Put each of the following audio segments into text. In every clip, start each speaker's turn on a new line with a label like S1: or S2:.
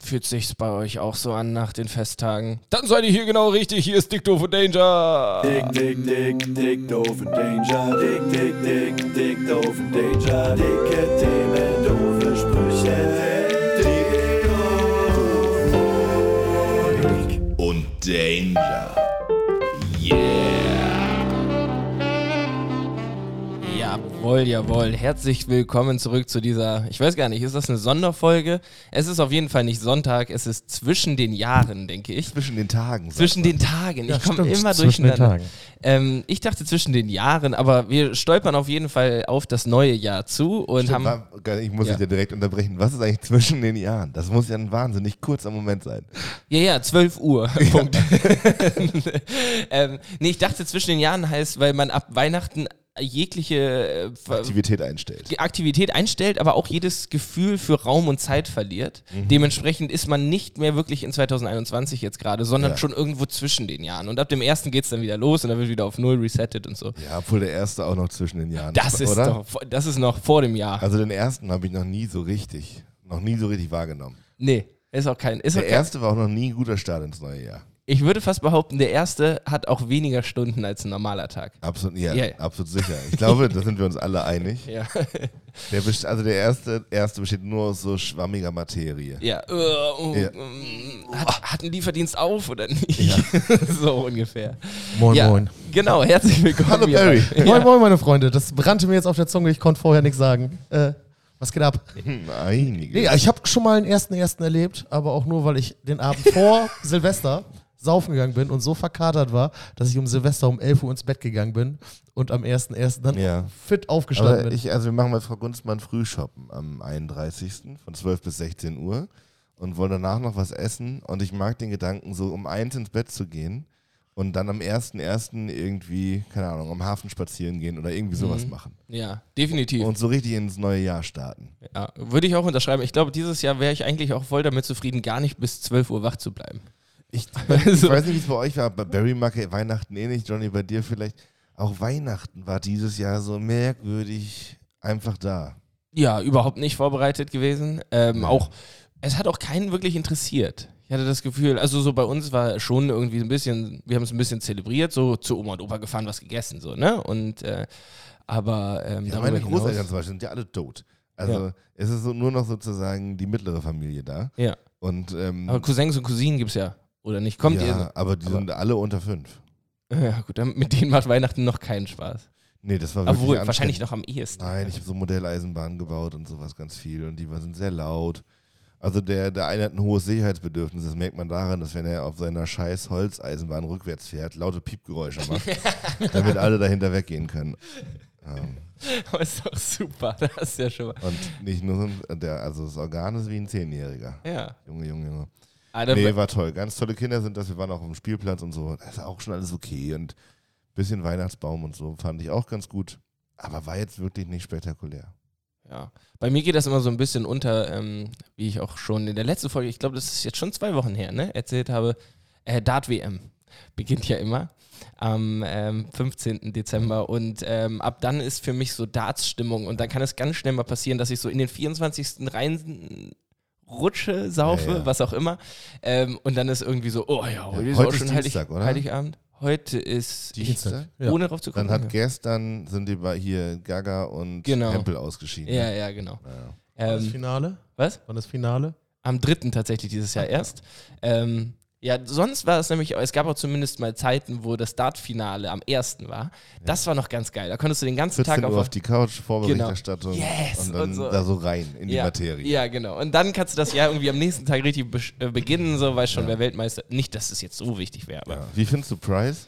S1: Fühlt sich's bei euch auch so an nach den Festtagen? Dann seid ihr hier genau richtig. Hier ist Dick Doof und Danger.
S2: Dick, dick, dick, dick, doof und danger. Dick, dick, dick, dick, doof und danger. Dicke Themen, doofe Sprüche. Dick, doof und dick.
S3: und Danger. Yeah.
S1: Jawohl, jawohl. Herzlich willkommen zurück zu dieser, ich weiß gar nicht, ist das eine Sonderfolge? Es ist auf jeden Fall nicht Sonntag, es ist zwischen den Jahren, denke ich.
S3: Zwischen den Tagen. sagt
S1: Zwischen
S3: man.
S1: den Tagen. ich komme
S4: stimmt,
S1: immer
S4: zwischen den
S1: durcheinander.
S4: Tagen.
S1: Ähm, ich dachte zwischen den Jahren, aber wir stolpern auf jeden Fall auf das neue Jahr zu und
S3: Stimmt,
S1: haben.
S3: war- geil, ich muss
S1: Ja.
S3: dich ja direkt unterbrechen. Was ist eigentlich zwischen den Jahren? Das muss ja ein wahnsinnig kurzer Moment sein.
S1: Ja, ja, 12 Uhr. Punkt. ähm, nee, ich dachte zwischen den Jahren heißt, weil man ab Weihnachten jegliche äh, Ver-
S3: Aktivität einstellt.
S1: die Aktivität einstellt, aber auch jedes Gefühl für Raum und Zeit verliert.
S3: Mhm.
S1: Dementsprechend ist man nicht mehr wirklich in 2021 jetzt gerade, sondern
S3: Ja.
S1: schon irgendwo zwischen den Jahren. Und ab dem ersten geht es dann wieder los und dann wird wieder auf Null resettet und so.
S3: Ja, obwohl der erste auch noch zwischen den Jahren.
S1: Das ist
S3: oder?
S1: doch, vo- das ist noch vor dem Jahr.
S3: Also den ersten habe ich noch nie so richtig, noch nie so richtig wahrgenommen.
S1: Nee, ist auch kein. Ist auch
S3: Der
S1: kein
S3: erste war auch noch nie ein guter Start ins neue Jahr.
S1: ich würde fast behaupten, der erste hat auch weniger Stunden als ein normaler Tag.
S3: Absolut, ja,
S1: Ja, ja.
S3: absolut sicher. Ich glaube, da sind wir uns alle einig.
S1: Ja.
S3: Der best, also der erste, erste besteht nur aus so schwammiger Materie.
S1: ja. Äh, oh,
S3: Ja.
S1: ähm, Hat, hat ein Lieferdienst auf oder nicht? so ungefähr.
S4: Moin,
S1: ja,
S4: moin.
S1: Genau, herzlich willkommen.
S3: Hallo,
S1: hier
S3: Barry.
S1: bei-
S4: Moin, moin, meine Freunde. Das brannte mir jetzt auf der Zunge. Ich konnte vorher nichts sagen. Äh, was geht ab?
S3: Hm, einige.
S4: Nee, ich habe schon mal einen ersten ersten erlebt, aber auch nur, weil ich den Abend vor Silvester saufen gegangen bin und so verkatert war, dass ich um Silvester um 11 Uhr ins Bett gegangen bin und am ersten ersten dann
S3: Ja.
S4: fit aufgestanden
S3: Aber
S4: bin.
S3: ich, also wir machen bei Frau Gunstmann Frühshoppen am 31. von 12 bis 16 Uhr und wollen danach noch was essen. Und ich mag den Gedanken, so um eins ins Bett zu gehen und dann am 1.1. irgendwie, keine Ahnung, am Hafen spazieren gehen oder irgendwie
S1: Mhm.
S3: sowas machen.
S1: Ja, definitiv.
S3: Und so richtig ins neue Jahr starten.
S1: Ja, würde ich auch unterschreiben. Ich glaube, dieses Jahr wäre ich eigentlich auch voll damit zufrieden, gar nicht bis 12 Uhr wach zu bleiben.
S3: Ich,
S1: Also-
S3: ich weiß nicht, wie es bei euch war, bei Barry mag ja Weihnachten eh nicht, Johnny, bei dir vielleicht. Auch Weihnachten war dieses Jahr so merkwürdig einfach da.
S1: Ja, überhaupt nicht vorbereitet gewesen. Ähm, auch, es hat auch keinen wirklich interessiert. Ich hatte das Gefühl, also so bei uns war schon irgendwie so ein bisschen, wir haben es ein bisschen zelebriert, so zu Oma und Opa gefahren, was gegessen, so, ne? Und, äh, aber, ähm,
S3: Ja,
S1: darüber
S3: meine
S1: hinaus-
S3: Großeltern zum Beispiel sind ja alle tot. Also es ist so nur noch sozusagen die mittlere Familie da.
S1: Ja,
S3: Und ähm,
S1: aber Cousins und Cousinen gibt's ja, oder nicht? Kommt
S3: ja, aber die
S1: aber-
S3: sind alle unter fünf.
S1: ihr? Ja, gut, dann- mit denen macht Weihnachten noch keinen Spaß.
S3: Nee, das war wirklich
S1: Obwohl,
S3: anstrengend.
S1: wahrscheinlich noch am ehesten.
S3: Nein, ich habe so Modelleisenbahnen gebaut und sowas ganz viel und die waren- sind sehr laut. Also der, der eine hat ein hohes Sicherheitsbedürfnis, das merkt man daran, dass wenn er auf seiner scheiß Holzeisenbahn rückwärts fährt, laute Piepgeräusche macht, damit alle dahinter weggehen können. Ähm,
S1: Aber ist doch super, das ist ja schon mal.
S3: und nicht nur so ein, der, also das Organ ist wie ein Zehnjähriger.
S1: Ja.
S3: Junge, Junge, Junge.
S1: Ah, da-
S3: Nee, war toll. Ganz tolle Kinder sind das. Wir waren auch auf dem Spielplatz und so. Das ist auch schon alles okay. Und ein bisschen Weihnachtsbaum und so fand ich auch ganz gut. Aber war jetzt wirklich nicht spektakulär.
S1: Ja. Bei mir geht das immer so ein bisschen unter, ähm, wie ich auch schon in der letzten Folge, ich glaube, das ist jetzt schon zwei Wochen her, ne, erzählt habe, äh, Dart WM beginnt ja immer am ähm, 15. Dezember und ähm, ab dann ist für mich so Darts-Stimmung und dann kann es ganz schnell mal passieren, dass ich so in den 24. rein rutsche, saufe,
S3: Ja, ja.
S1: was auch immer ähm, und dann ist irgendwie so, oh ja, heute ist
S3: heute
S1: auch
S3: ist
S1: schon
S3: Dienstag,
S1: Heilig,
S3: oder?
S1: Heiligabend. Heute ist,
S3: Dienstag?
S4: Ja.
S1: ohne drauf zu gucken.
S3: Dann hat
S1: ja.
S3: gestern sind die bei hier Gaga und
S1: Genau.
S3: Hempel ausgeschieden.
S1: ja, ja, genau.
S3: Ja.
S4: das
S1: Ähm,
S4: Finale?
S1: was?
S4: Wann das Finale?
S1: Am dritten tatsächlich dieses Jahr erst. Ähm, ja, sonst war es nämlich, es gab auch zumindest mal Zeiten, wo das Dartfinale am ersten war. Das war noch ganz geil. Da konntest du den ganzen
S3: 14
S1: Tag Genau.
S3: Uhr auf die Couch, Vorberichterstattung
S1: Yes!
S3: und dann
S1: Und so.
S3: da so rein in die
S1: ja,
S3: Materie.
S1: Ja, genau. Und dann kannst du das Jahr irgendwie am nächsten Tag richtig besch- äh, beginnen, so weißt schon, wer Weltmeister. Nicht, dass es jetzt so wichtig wäre, aber
S3: Ja. Wie findest du Price?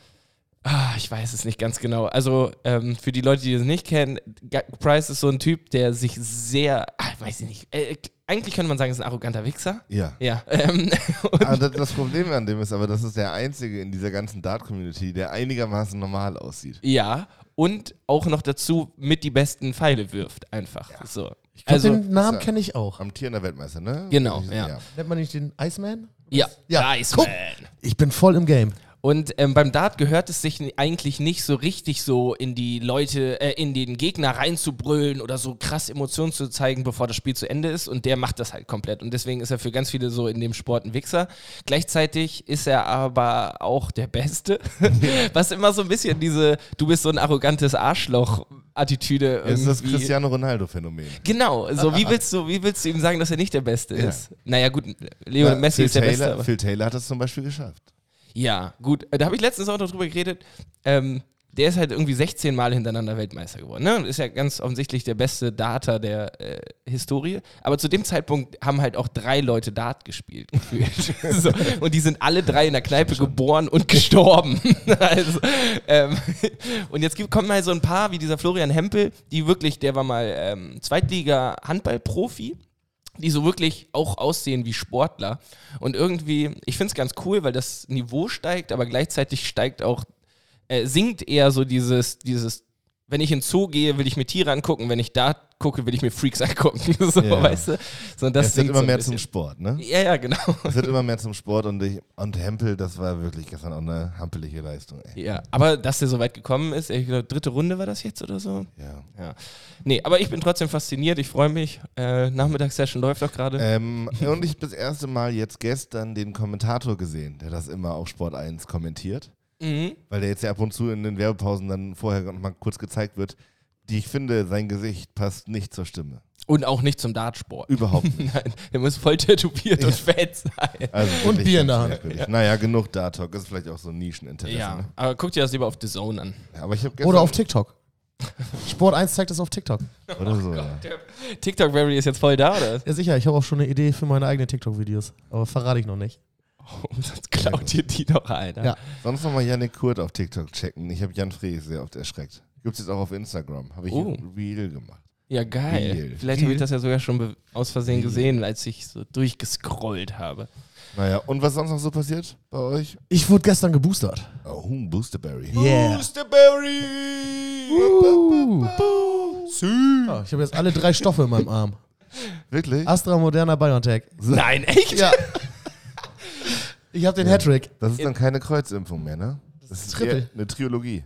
S1: Ah, ich weiß es nicht ganz genau. Also ähm, für die Leute, die das nicht kennen, Ga- Price ist so ein Typ, der sich sehr, ah, weiß ich nicht, äh, eigentlich könnte man sagen, ist ein arroganter Wichser.
S3: Ja.
S1: Ja. Ähm, und
S3: Aber das, das Problem an dem ist aber, das ist der einzige in dieser ganzen Dart-Community, der einigermaßen normal aussieht.
S1: Ja, und auch noch dazu mit die besten Pfeile wirft, einfach. So.
S4: Ich glaub,
S1: also,
S4: den Namen
S3: ist er-
S4: kenne ich auch.
S3: Amtierender Weltmeister, ne?
S1: Genau, ja.
S4: Nennt man nicht den Iceman?
S1: ja,
S4: Ja,
S1: Iceman.
S4: Ich bin voll im Game.
S1: Und ähm, beim Dart gehört es sich n- eigentlich nicht so richtig so in die Leute, äh, in den Gegner reinzubrüllen oder so krass Emotionen zu zeigen, bevor das Spiel zu Ende ist. Und der macht das halt komplett. Und deswegen ist er für ganz viele so in dem Sport ein Wichser. Gleichzeitig ist er aber auch der Beste. Was immer so ein bisschen diese, du bist so ein arrogantes Arschloch-Attitüde.
S3: Es ist das
S1: irgendwie-
S3: Cristiano Ronaldo-Phänomen.
S1: Genau, so wie willst du, wie willst du ihm sagen, dass er nicht der Beste
S3: Ja.
S1: ist? Naja, gut, Leo
S3: Na,
S1: Messi
S3: Phil
S1: ist der
S3: Taylor,
S1: Beste. Aber
S3: Phil Taylor hat das zum Beispiel geschafft.
S1: ja, gut. Da habe ich letztens auch noch drüber geredet. Ähm, der ist halt irgendwie 16 Mal hintereinander Weltmeister geworden. Ne? Und ist ja ganz offensichtlich der beste Darter der äh, Historie. Aber zu dem Zeitpunkt haben halt auch drei Leute Dart gespielt. gefühlt. so. Und die sind alle drei in der Kneipe geboren und gestorben. also, ähm, und jetzt gibt, kommen halt so ein paar, wie dieser Florian Hempel, die wirklich, der war mal ähm, Zweitliga-Handballprofi die so wirklich auch aussehen wie Sportler. Und irgendwie, ich finde es ganz cool, weil das Niveau steigt, aber gleichzeitig steigt auch, äh, sinkt eher so dieses, dieses, wenn ich in den Zoo gehe, will ich mir Tiere angucken, wenn ich da gucke, will ich mir Freaks angucken. so,
S3: Ja.
S1: weißt du? So, und das
S3: es wird
S1: sinkt
S3: immer
S1: so ein
S3: mehr zum
S1: bisschen.
S3: Sport, ne?
S1: Ja, ja, genau.
S3: Es wird immer mehr zum Sport und, ich, und Hempel, das war wirklich gestern auch eine hampelige Leistung. Ey.
S1: Ja, aber dass der so weit gekommen ist, ich glaube, dritte Runde war das jetzt oder so.
S3: Ja.
S1: Ja. Nee, aber ich bin trotzdem fasziniert, ich freue mich. Äh, Nachmittagssession läuft auch gerade.
S3: Ähm, und ich habe das erste Mal jetzt gestern den Kommentator gesehen, der das immer auf Sport 1 kommentiert,
S1: Mhm.
S3: weil der jetzt ja ab und zu in den Werbepausen dann vorher nochmal kurz gezeigt wird. Die ich finde, sein Gesicht passt nicht zur Stimme.
S1: Und auch nicht zum Dartsport.
S3: Überhaupt nicht.
S1: Nein, der muss voll tätowiert und fett sein.
S3: Also
S4: Und
S3: wirklich
S4: Bier in der
S3: ganz
S4: Hand.
S3: merkwürdig. Naja, genug Dartok. Ist vielleicht auch so ein Nischeninteresse.
S1: Ja,
S3: Ne?
S1: aber guck dir das lieber auf The Zone an.
S3: Ja, Aber ich habe gestern.
S4: Oder auf TikTok. Sport 1 zeigt das auf TikTok.
S3: Oder so, ja.
S1: TikTok Barry ist jetzt voll da, oder?
S4: Ja, sicher, ich habe auch schon eine Idee für meine eigenen TikTok-Videos. Aber verrate ich noch nicht.
S1: Oh, Sonst klaut dir die doch, Alter.
S4: Ja.
S3: Sonst nochmal Janik Kurt auf TikTok checken. Ich habe Jan Frey sehr oft erschreckt. Gibt's jetzt auch auf Instagram. Habe ich
S1: Oh.
S3: ein Reel gemacht.
S1: Ja, geil.
S3: Viel.
S1: Vielleicht habe ich das ja sogar schon be- aus Versehen gesehen, als ich so durchgescrollt habe.
S3: Naja, und was sonst noch so passiert bei euch?
S4: Ich wurde gestern geboostert.
S3: Oh, Boosterberry.
S4: Yeah.
S3: Boosterberry!
S4: Ja, Oh, ich habe jetzt alle drei Stoffe in meinem Arm.
S3: Wirklich?
S4: Astra, Moderna, BioNTech.
S1: Nein, echt?
S4: Ja. Ich habe den Hattrick.
S3: Das ist dann keine Kreuzimpfung mehr, ne? Das ist
S4: Triple.
S3: eher eine Triologie.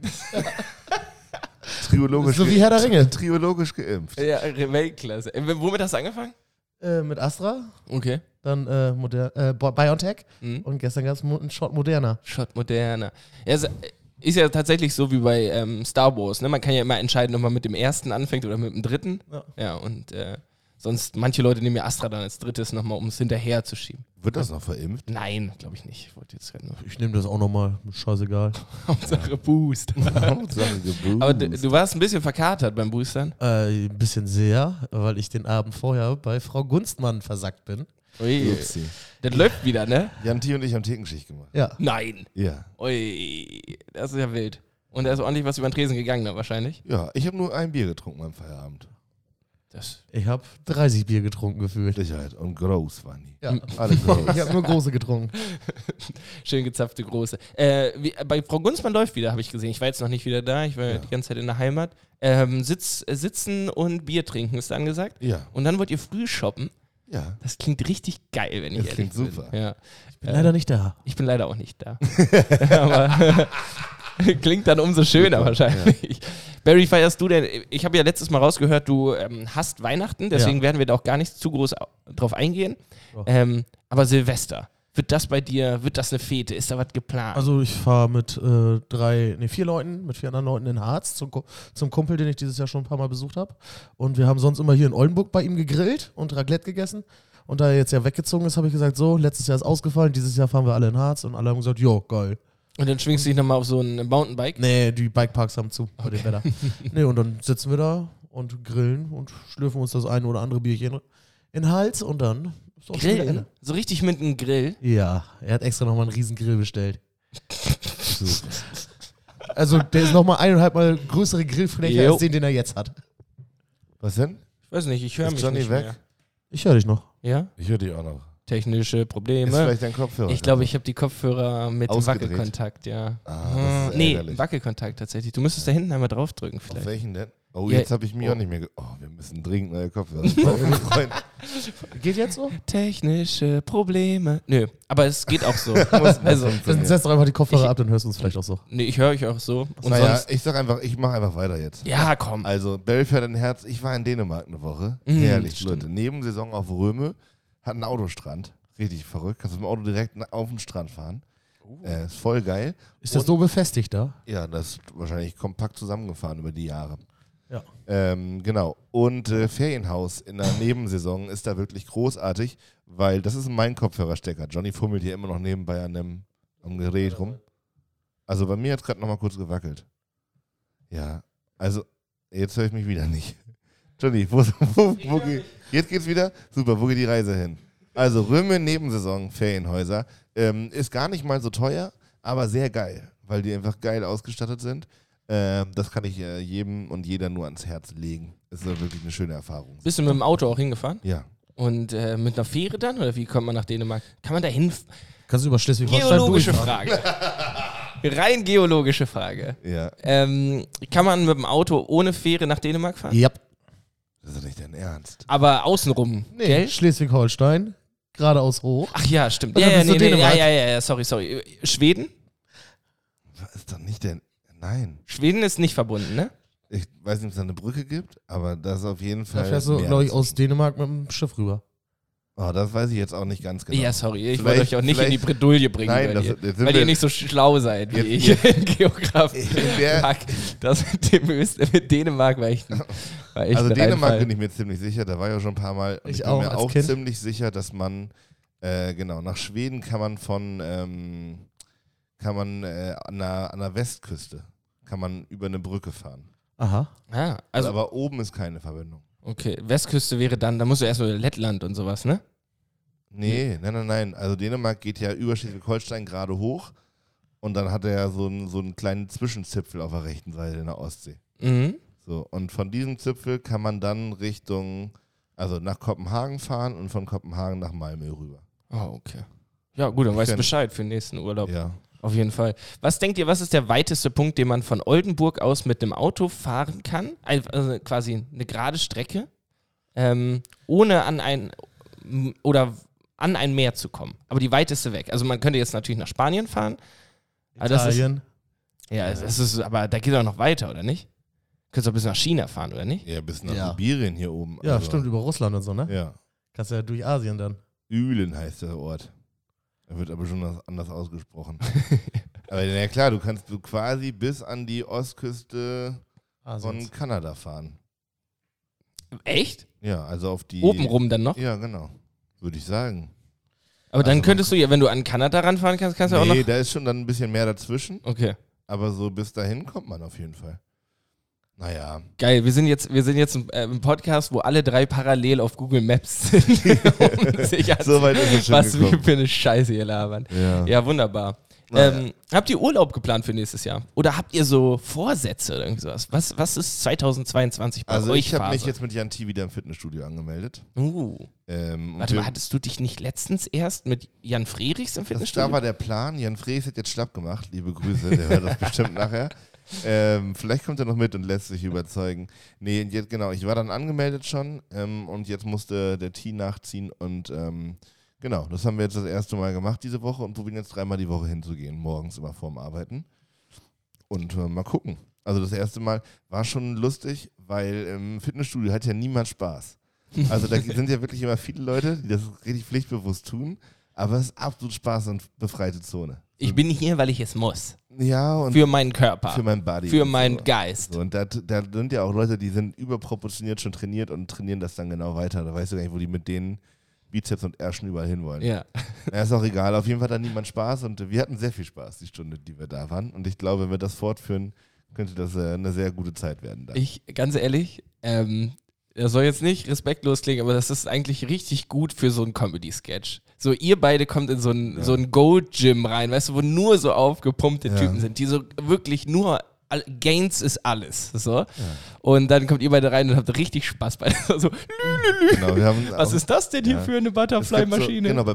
S3: Triologisch
S4: So wie
S3: ge-
S4: Herr der Ringe.
S3: Triologisch geimpft.
S1: Ja, Weltklasse. Äh, Womit hast du angefangen?
S4: Äh, mit Astra,
S1: Okay.
S4: dann äh, Moder äh, Bo- BioNTech
S1: Mhm.
S4: und gestern gab es einen Shot Moderna.
S1: Shot moderner. Ja, es ist ja tatsächlich so wie bei ähm, Star Wars. Ne? Man kann ja immer entscheiden, ob man mit dem ersten anfängt oder mit dem dritten.
S4: Ja.
S1: ja und äh, sonst, manche Leute nehmen ja Astra dann als drittes nochmal, um es hinterher zu schieben.
S3: Wird das noch verimpft?
S1: Nein, glaube ich nicht. Ich wollte jetzt gerade nur
S4: Ich nehme das auch nochmal, scheißegal.
S1: Hauptsache Boost.
S3: Hauptsache geboost.
S1: Aber du, du warst ein bisschen verkatert beim Boostern.
S4: Äh, ein bisschen sehr, weil ich den Abend vorher bei Frau Gunstmann versackt bin.
S1: Ui.
S3: Upsi.
S1: Das läuft wieder, ne?
S3: Jan T. und ich haben Thekenschicht gemacht.
S4: Ja.
S1: Nein.
S3: Ja.
S1: Ui. Das ist ja wild. Und da ist ordentlich was über den Tresen gegangen, da wahrscheinlich.
S3: Ja, ich habe nur ein Bier getrunken am Feierabend.
S1: Das.
S4: Ich habe 30 Bier getrunken gefühlt.
S3: Sicherheit. Und groß waren die.
S4: Ja.
S3: Alle groß.
S4: Ich habe nur große getrunken.
S1: Schön gezapfte Große. Äh, wie, bei Frau Gunzmann läuft wieder, habe ich gesehen. Ich war jetzt noch nicht wieder da. Ich war ja.
S3: Ja.
S1: die ganze Zeit in der Heimat. Ähm, sitz, äh, sitzen und Bier trinken ist angesagt.
S3: ja.
S1: Und dann wollt ihr früh shoppen.
S3: Ja.
S1: Das klingt richtig geil, wenn ich
S3: Das
S1: ehrlich
S3: klingt
S1: bin.
S3: super.
S1: Ja.
S4: Bin leider nicht da.
S1: Ich bin leider auch nicht da. Aber klingt dann umso schöner wahrscheinlich. Barry, feierst du denn? Ich habe ja letztes Mal rausgehört, du ähm, hast Weihnachten, deswegen werden wir da auch gar nicht zu groß au- drauf eingehen.
S3: Oh.
S4: Ja.
S1: Ähm, aber Silvester, wird das bei dir, wird das eine Fete? Ist da was geplant?
S4: Also ich fahre mit äh, drei, nee, vier Leuten, mit vier anderen Leuten in Harz zum, Ku- zum Kumpel, den ich dieses Jahr schon ein paar Mal besucht habe. Und wir haben sonst immer hier in Oldenburg bei ihm gegrillt und Raclette gegessen. Und da er jetzt ja weggezogen ist, habe ich gesagt, so, letztes Jahr ist ausgefallen, dieses Jahr fahren wir alle in Harz. Und alle haben gesagt, jo, geil.
S1: Und dann schwingst du dich nochmal auf so ein Mountainbike?
S4: Nee, die Bikeparks haben zu bei dem Wetter. Nee, und dann sitzen wir da und grillen und schlürfen uns das eine oder andere Bierchen in den Hals und dann ist auch schon wieder
S1: Grillen?
S4: Ende.
S1: So richtig mit einem Grill?
S4: Ja, er hat extra nochmal einen riesen Grill bestellt. Also der ist nochmal eineinhalb Mal größere Grillfläche
S1: Jo.
S4: als den, den er jetzt hat.
S3: Was denn?
S1: Ich weiß nicht, ich höre
S3: Ist
S1: mich
S3: Johnny
S1: nicht
S3: weg?
S1: mehr.
S4: Ich höre dich noch.
S1: Ja?
S3: Ich höre dich auch noch.
S1: Technische
S3: Ist
S1: Probleme.
S3: vielleicht dein Kopfhörer.
S1: Ich glaube, ich habe die Kopfhörer mit
S3: Ausgedreht.
S1: Wackelkontakt, ja. Mhm.
S3: Ah, das ist
S1: nee,
S3: ärgerlich.
S1: Wackelkontakt tatsächlich. Du müsstest da hinten einmal draufdrücken
S3: Auf
S1: vielleicht.
S3: welchen denn? Oh,
S1: Ja.
S3: jetzt habe ich mich auch nicht mehr. Ge oh, wir müssen dringend neue Kopfhörer kaufen, Freund.
S4: Geht jetzt so?
S1: Technische Probleme. Nö, aber es geht auch so. also,
S4: Dann setzt doch einfach die Kopfhörer
S1: Ich-
S4: ab, dann hörst du uns vielleicht auch so.
S1: nee, ich höre euch auch so. Und
S3: Naja,
S1: sonst,
S3: ich sag einfach, ich mache einfach weiter jetzt.
S1: ja, komm.
S3: Also, Bell für dein Herz. Ich war in Dänemark eine Woche.
S1: Mm,
S3: Herrlich,
S1: stimmt.
S3: Leute. Nebensaison auf Röme. Hat einen Autostrand. Richtig verrückt. Kannst mit dem Auto direkt na- auf den Strand fahren. Äh, ist voll geil.
S4: Ist das so befestigt da?
S3: Ja, das ist wahrscheinlich kompakt zusammengefahren über die Jahre.
S4: Ja.
S3: Ähm, genau. Und äh, Ferienhaus in der Nebensaison ist da wirklich großartig, weil das ist mein Kopfhörerstecker. Johnny fummelt hier immer noch nebenbei an dem am Gerät rum. Also bei mir hat es gerade nochmal kurz gewackelt. Ja, also jetzt höre ich mich wieder nicht. Johnny, wo, wo, wo geht, jetzt geht's wieder? Super, wo geht die Reise hin? Also Röme Nebensaison Ferienhäuser ähm, ist gar nicht mal so teuer, aber sehr geil, weil die einfach geil ausgestattet sind. Ähm, das kann ich äh, jedem und jeder nur ans Herz legen. Ist doch wirklich eine schöne Erfahrung.
S1: Bist du mit dem Auto auch hingefahren?
S3: Ja.
S1: Und äh, mit einer Fähre dann? Oder wie kommt man nach Dänemark? Kann man da hin?
S4: Kannst du über Schleswig-Holstein
S1: Geologische
S4: durchfahren?
S1: Frage. Rein geologische Frage.
S3: Ja.
S1: Ähm, kann man mit dem Auto ohne Fähre nach Dänemark fahren?
S4: Ja.
S3: Das ist doch nicht dein Ernst.
S1: Aber außenrum,
S4: Nee,
S1: gell?
S4: Schleswig-Holstein, geradeaus hoch.
S1: Ach ja, stimmt.
S4: Und
S1: Ja,
S4: dann
S1: ja,
S4: bist du
S1: nee, nee, ja,
S4: Dänemark.
S1: ja, ja, ja, sorry, sorry. Schweden?
S3: Das ist doch nicht dein. Nein.
S1: Schweden ist nicht verbunden, ne?
S3: Ich weiß nicht, ob es da eine Brücke gibt, aber das ist auf jeden
S4: Da
S3: Fall.
S4: fährst du,
S3: mehr
S4: glaube ich,
S3: als-
S4: aus Dänemark mit dem Schiff rüber.
S3: Oh, das weiß ich jetzt auch nicht ganz genau.
S1: Ja, sorry, ich
S3: Vielleicht-
S1: wollte euch auch nicht in die
S3: vielleicht-
S1: Bredouille bringen,
S3: Nein,
S1: weil,
S3: das-
S1: ihr,
S3: jetzt sind
S1: weil
S3: wir-
S1: ihr nicht so schlau seid wie
S3: Jetzt-
S1: ich in Geograf.
S3: In der-
S1: Fuck, Das mit, dem Öst, mit Dänemark war ich, war ich
S3: also
S1: ein
S3: Dänemark
S1: Reinfall.
S3: bin ich mir ziemlich sicher, da war ich ja schon ein paar Mal. Und
S4: Ich
S3: ich, bin
S4: auch,
S3: mir
S4: als
S3: auch
S4: Kind.
S3: ziemlich sicher, dass man, äh, genau, nach Schweden kann man von, ähm, kann man äh, an, der, an der Westküste, kann man über eine Brücke fahren.
S4: Aha.
S1: Ah, also,
S3: aber oben ist keine Verbindung.
S1: okay, Westküste wäre dann, da musst du erstmal Lettland und sowas, ne?
S3: Nee, nein, nein, nein. Also Dänemark geht ja über Schleswig-Holstein gerade hoch und dann hat er ja so einen, so einen kleinen Zwischenzipfel auf der rechten Seite in der Ostsee.
S1: Mhm.
S3: So, und von diesem Zipfel kann man dann Richtung, also nach Kopenhagen fahren und von Kopenhagen nach Malmö rüber.
S1: Oh, okay. Ja, gut, dann weißt du
S3: kenn-
S1: Bescheid für den nächsten Urlaub.
S3: Ja.
S1: Auf jeden Fall. Was denkt ihr, was ist der weiteste Punkt, den man von Oldenburg aus mit einem Auto fahren kann? Ein- Also quasi eine gerade Strecke, ähm, ohne an ein m- oder an ein Meer zu kommen. Aber die weiteste weg. Also man könnte jetzt natürlich nach Spanien fahren. Aber Ah, das ist,
S4: Italien.
S1: ja, das ist, aber da geht auch noch weiter, oder nicht? Könntest du auch bis nach China fahren, oder nicht?
S3: Ja, bis nach
S4: Ja.
S3: Sibirien hier oben.
S4: ja,
S3: Also,
S4: stimmt, über Russland und so, ne?
S3: Ja.
S4: Kannst ja durch Asien dann.
S3: Ülen heißt der Ort. Er wird aber schon anders- anders ausgesprochen. aber na klar, du kannst du quasi bis an die Ostküste
S4: Asien.
S3: von Kanada fahren.
S1: Echt?
S3: Ja, also auf die.
S1: Oben rum dann noch?
S3: Ja, genau. Würde ich sagen.
S1: Aber dann
S3: Also man
S1: könntest du ja, wenn du an Kanada ranfahren kannst, kannst du auch
S3: nee,
S1: noch.
S3: da ist schon dann ein bisschen mehr dazwischen,
S1: Okay.
S3: aber so bis dahin kommt man auf jeden Fall. Naja,
S1: Geil, wir sind jetzt, wir sind jetzt im, äh, im Podcast, wo alle drei parallel auf Google Maps sind, um sich an,
S3: so weit ist es schon
S1: was wir
S3: gekommen. Ah,
S1: für eine Scheiße hier labern.
S3: Ja.
S1: Ja, wunderbar.
S3: Naja.
S1: Ähm, habt ihr Urlaub geplant für nächstes Jahr? Oder habt ihr so Vorsätze oder irgendwie sowas? Was, was ist 2022 bei
S3: Also
S1: euch
S3: ich habe
S1: Phase?
S3: mich jetzt mit Jan T wieder im Fitnessstudio angemeldet.
S1: uh,
S3: Ähm, und
S1: warte
S3: wir-
S1: mal, hattest du dich nicht letztens erst mit Jan Frerichs im
S3: das, da
S1: Fitnessstudio?
S3: war der Plan. Jan Frees hat jetzt schlapp gemacht. Liebe Grüße, der hört das bestimmt nachher. Ähm, vielleicht kommt er noch mit und lässt sich überzeugen. Nee, und jetzt, genau, ich war dann angemeldet schon ähm, und jetzt musste der T nachziehen und ähm, genau, das haben wir jetzt das erste Mal gemacht diese Woche und probieren jetzt dreimal die Woche hinzugehen, morgens immer vorm Arbeiten. Und äh, mal gucken. Also das erste Mal war schon lustig, weil im Fitnessstudio hat ja niemand Spaß. Also da sind ja wirklich immer viele Leute, die das richtig pflichtbewusst tun, aber es ist absolut Spaß und befreite Zone.
S1: ich bin hier, weil ich es muss.
S3: Ja, und
S1: Für meinen Körper.
S3: für mein Body.
S1: Für
S3: und
S1: meinen
S3: so.
S1: Geist.
S3: So, und da, da sind ja auch Leute, die sind überproportioniert schon trainiert und trainieren das dann genau weiter. Da weißt du gar nicht, wo die mit denen Bizeps und Ärschen überall hinwollen.
S1: Ja.
S3: Ja, ist auch egal. Auf jeden Fall hat niemand Spaß und wir hatten sehr viel Spaß, die Stunde, die wir da waren. Und ich glaube, wenn wir das fortführen, könnte das äh, eine sehr gute Zeit werden. Da.
S1: Ich, ganz ehrlich, ähm, das soll jetzt nicht respektlos klingen, aber das ist eigentlich richtig gut für so einen Comedy-Sketch. So, ihr beide kommt in so ein, so ein Gold-Gym rein, weißt du, wo nur so aufgepumpte
S3: Ja.
S1: Typen sind, die so wirklich nur. all- Gains ist alles. So. Und dann kommt ihr beide rein und habt richtig Spaß bei so,
S3: genau, wir haben
S1: Was
S3: auch-
S1: ist das denn hier
S3: ja.
S1: für eine
S3: Es gibt
S1: Butterfly-Maschine?
S3: So, genau, bei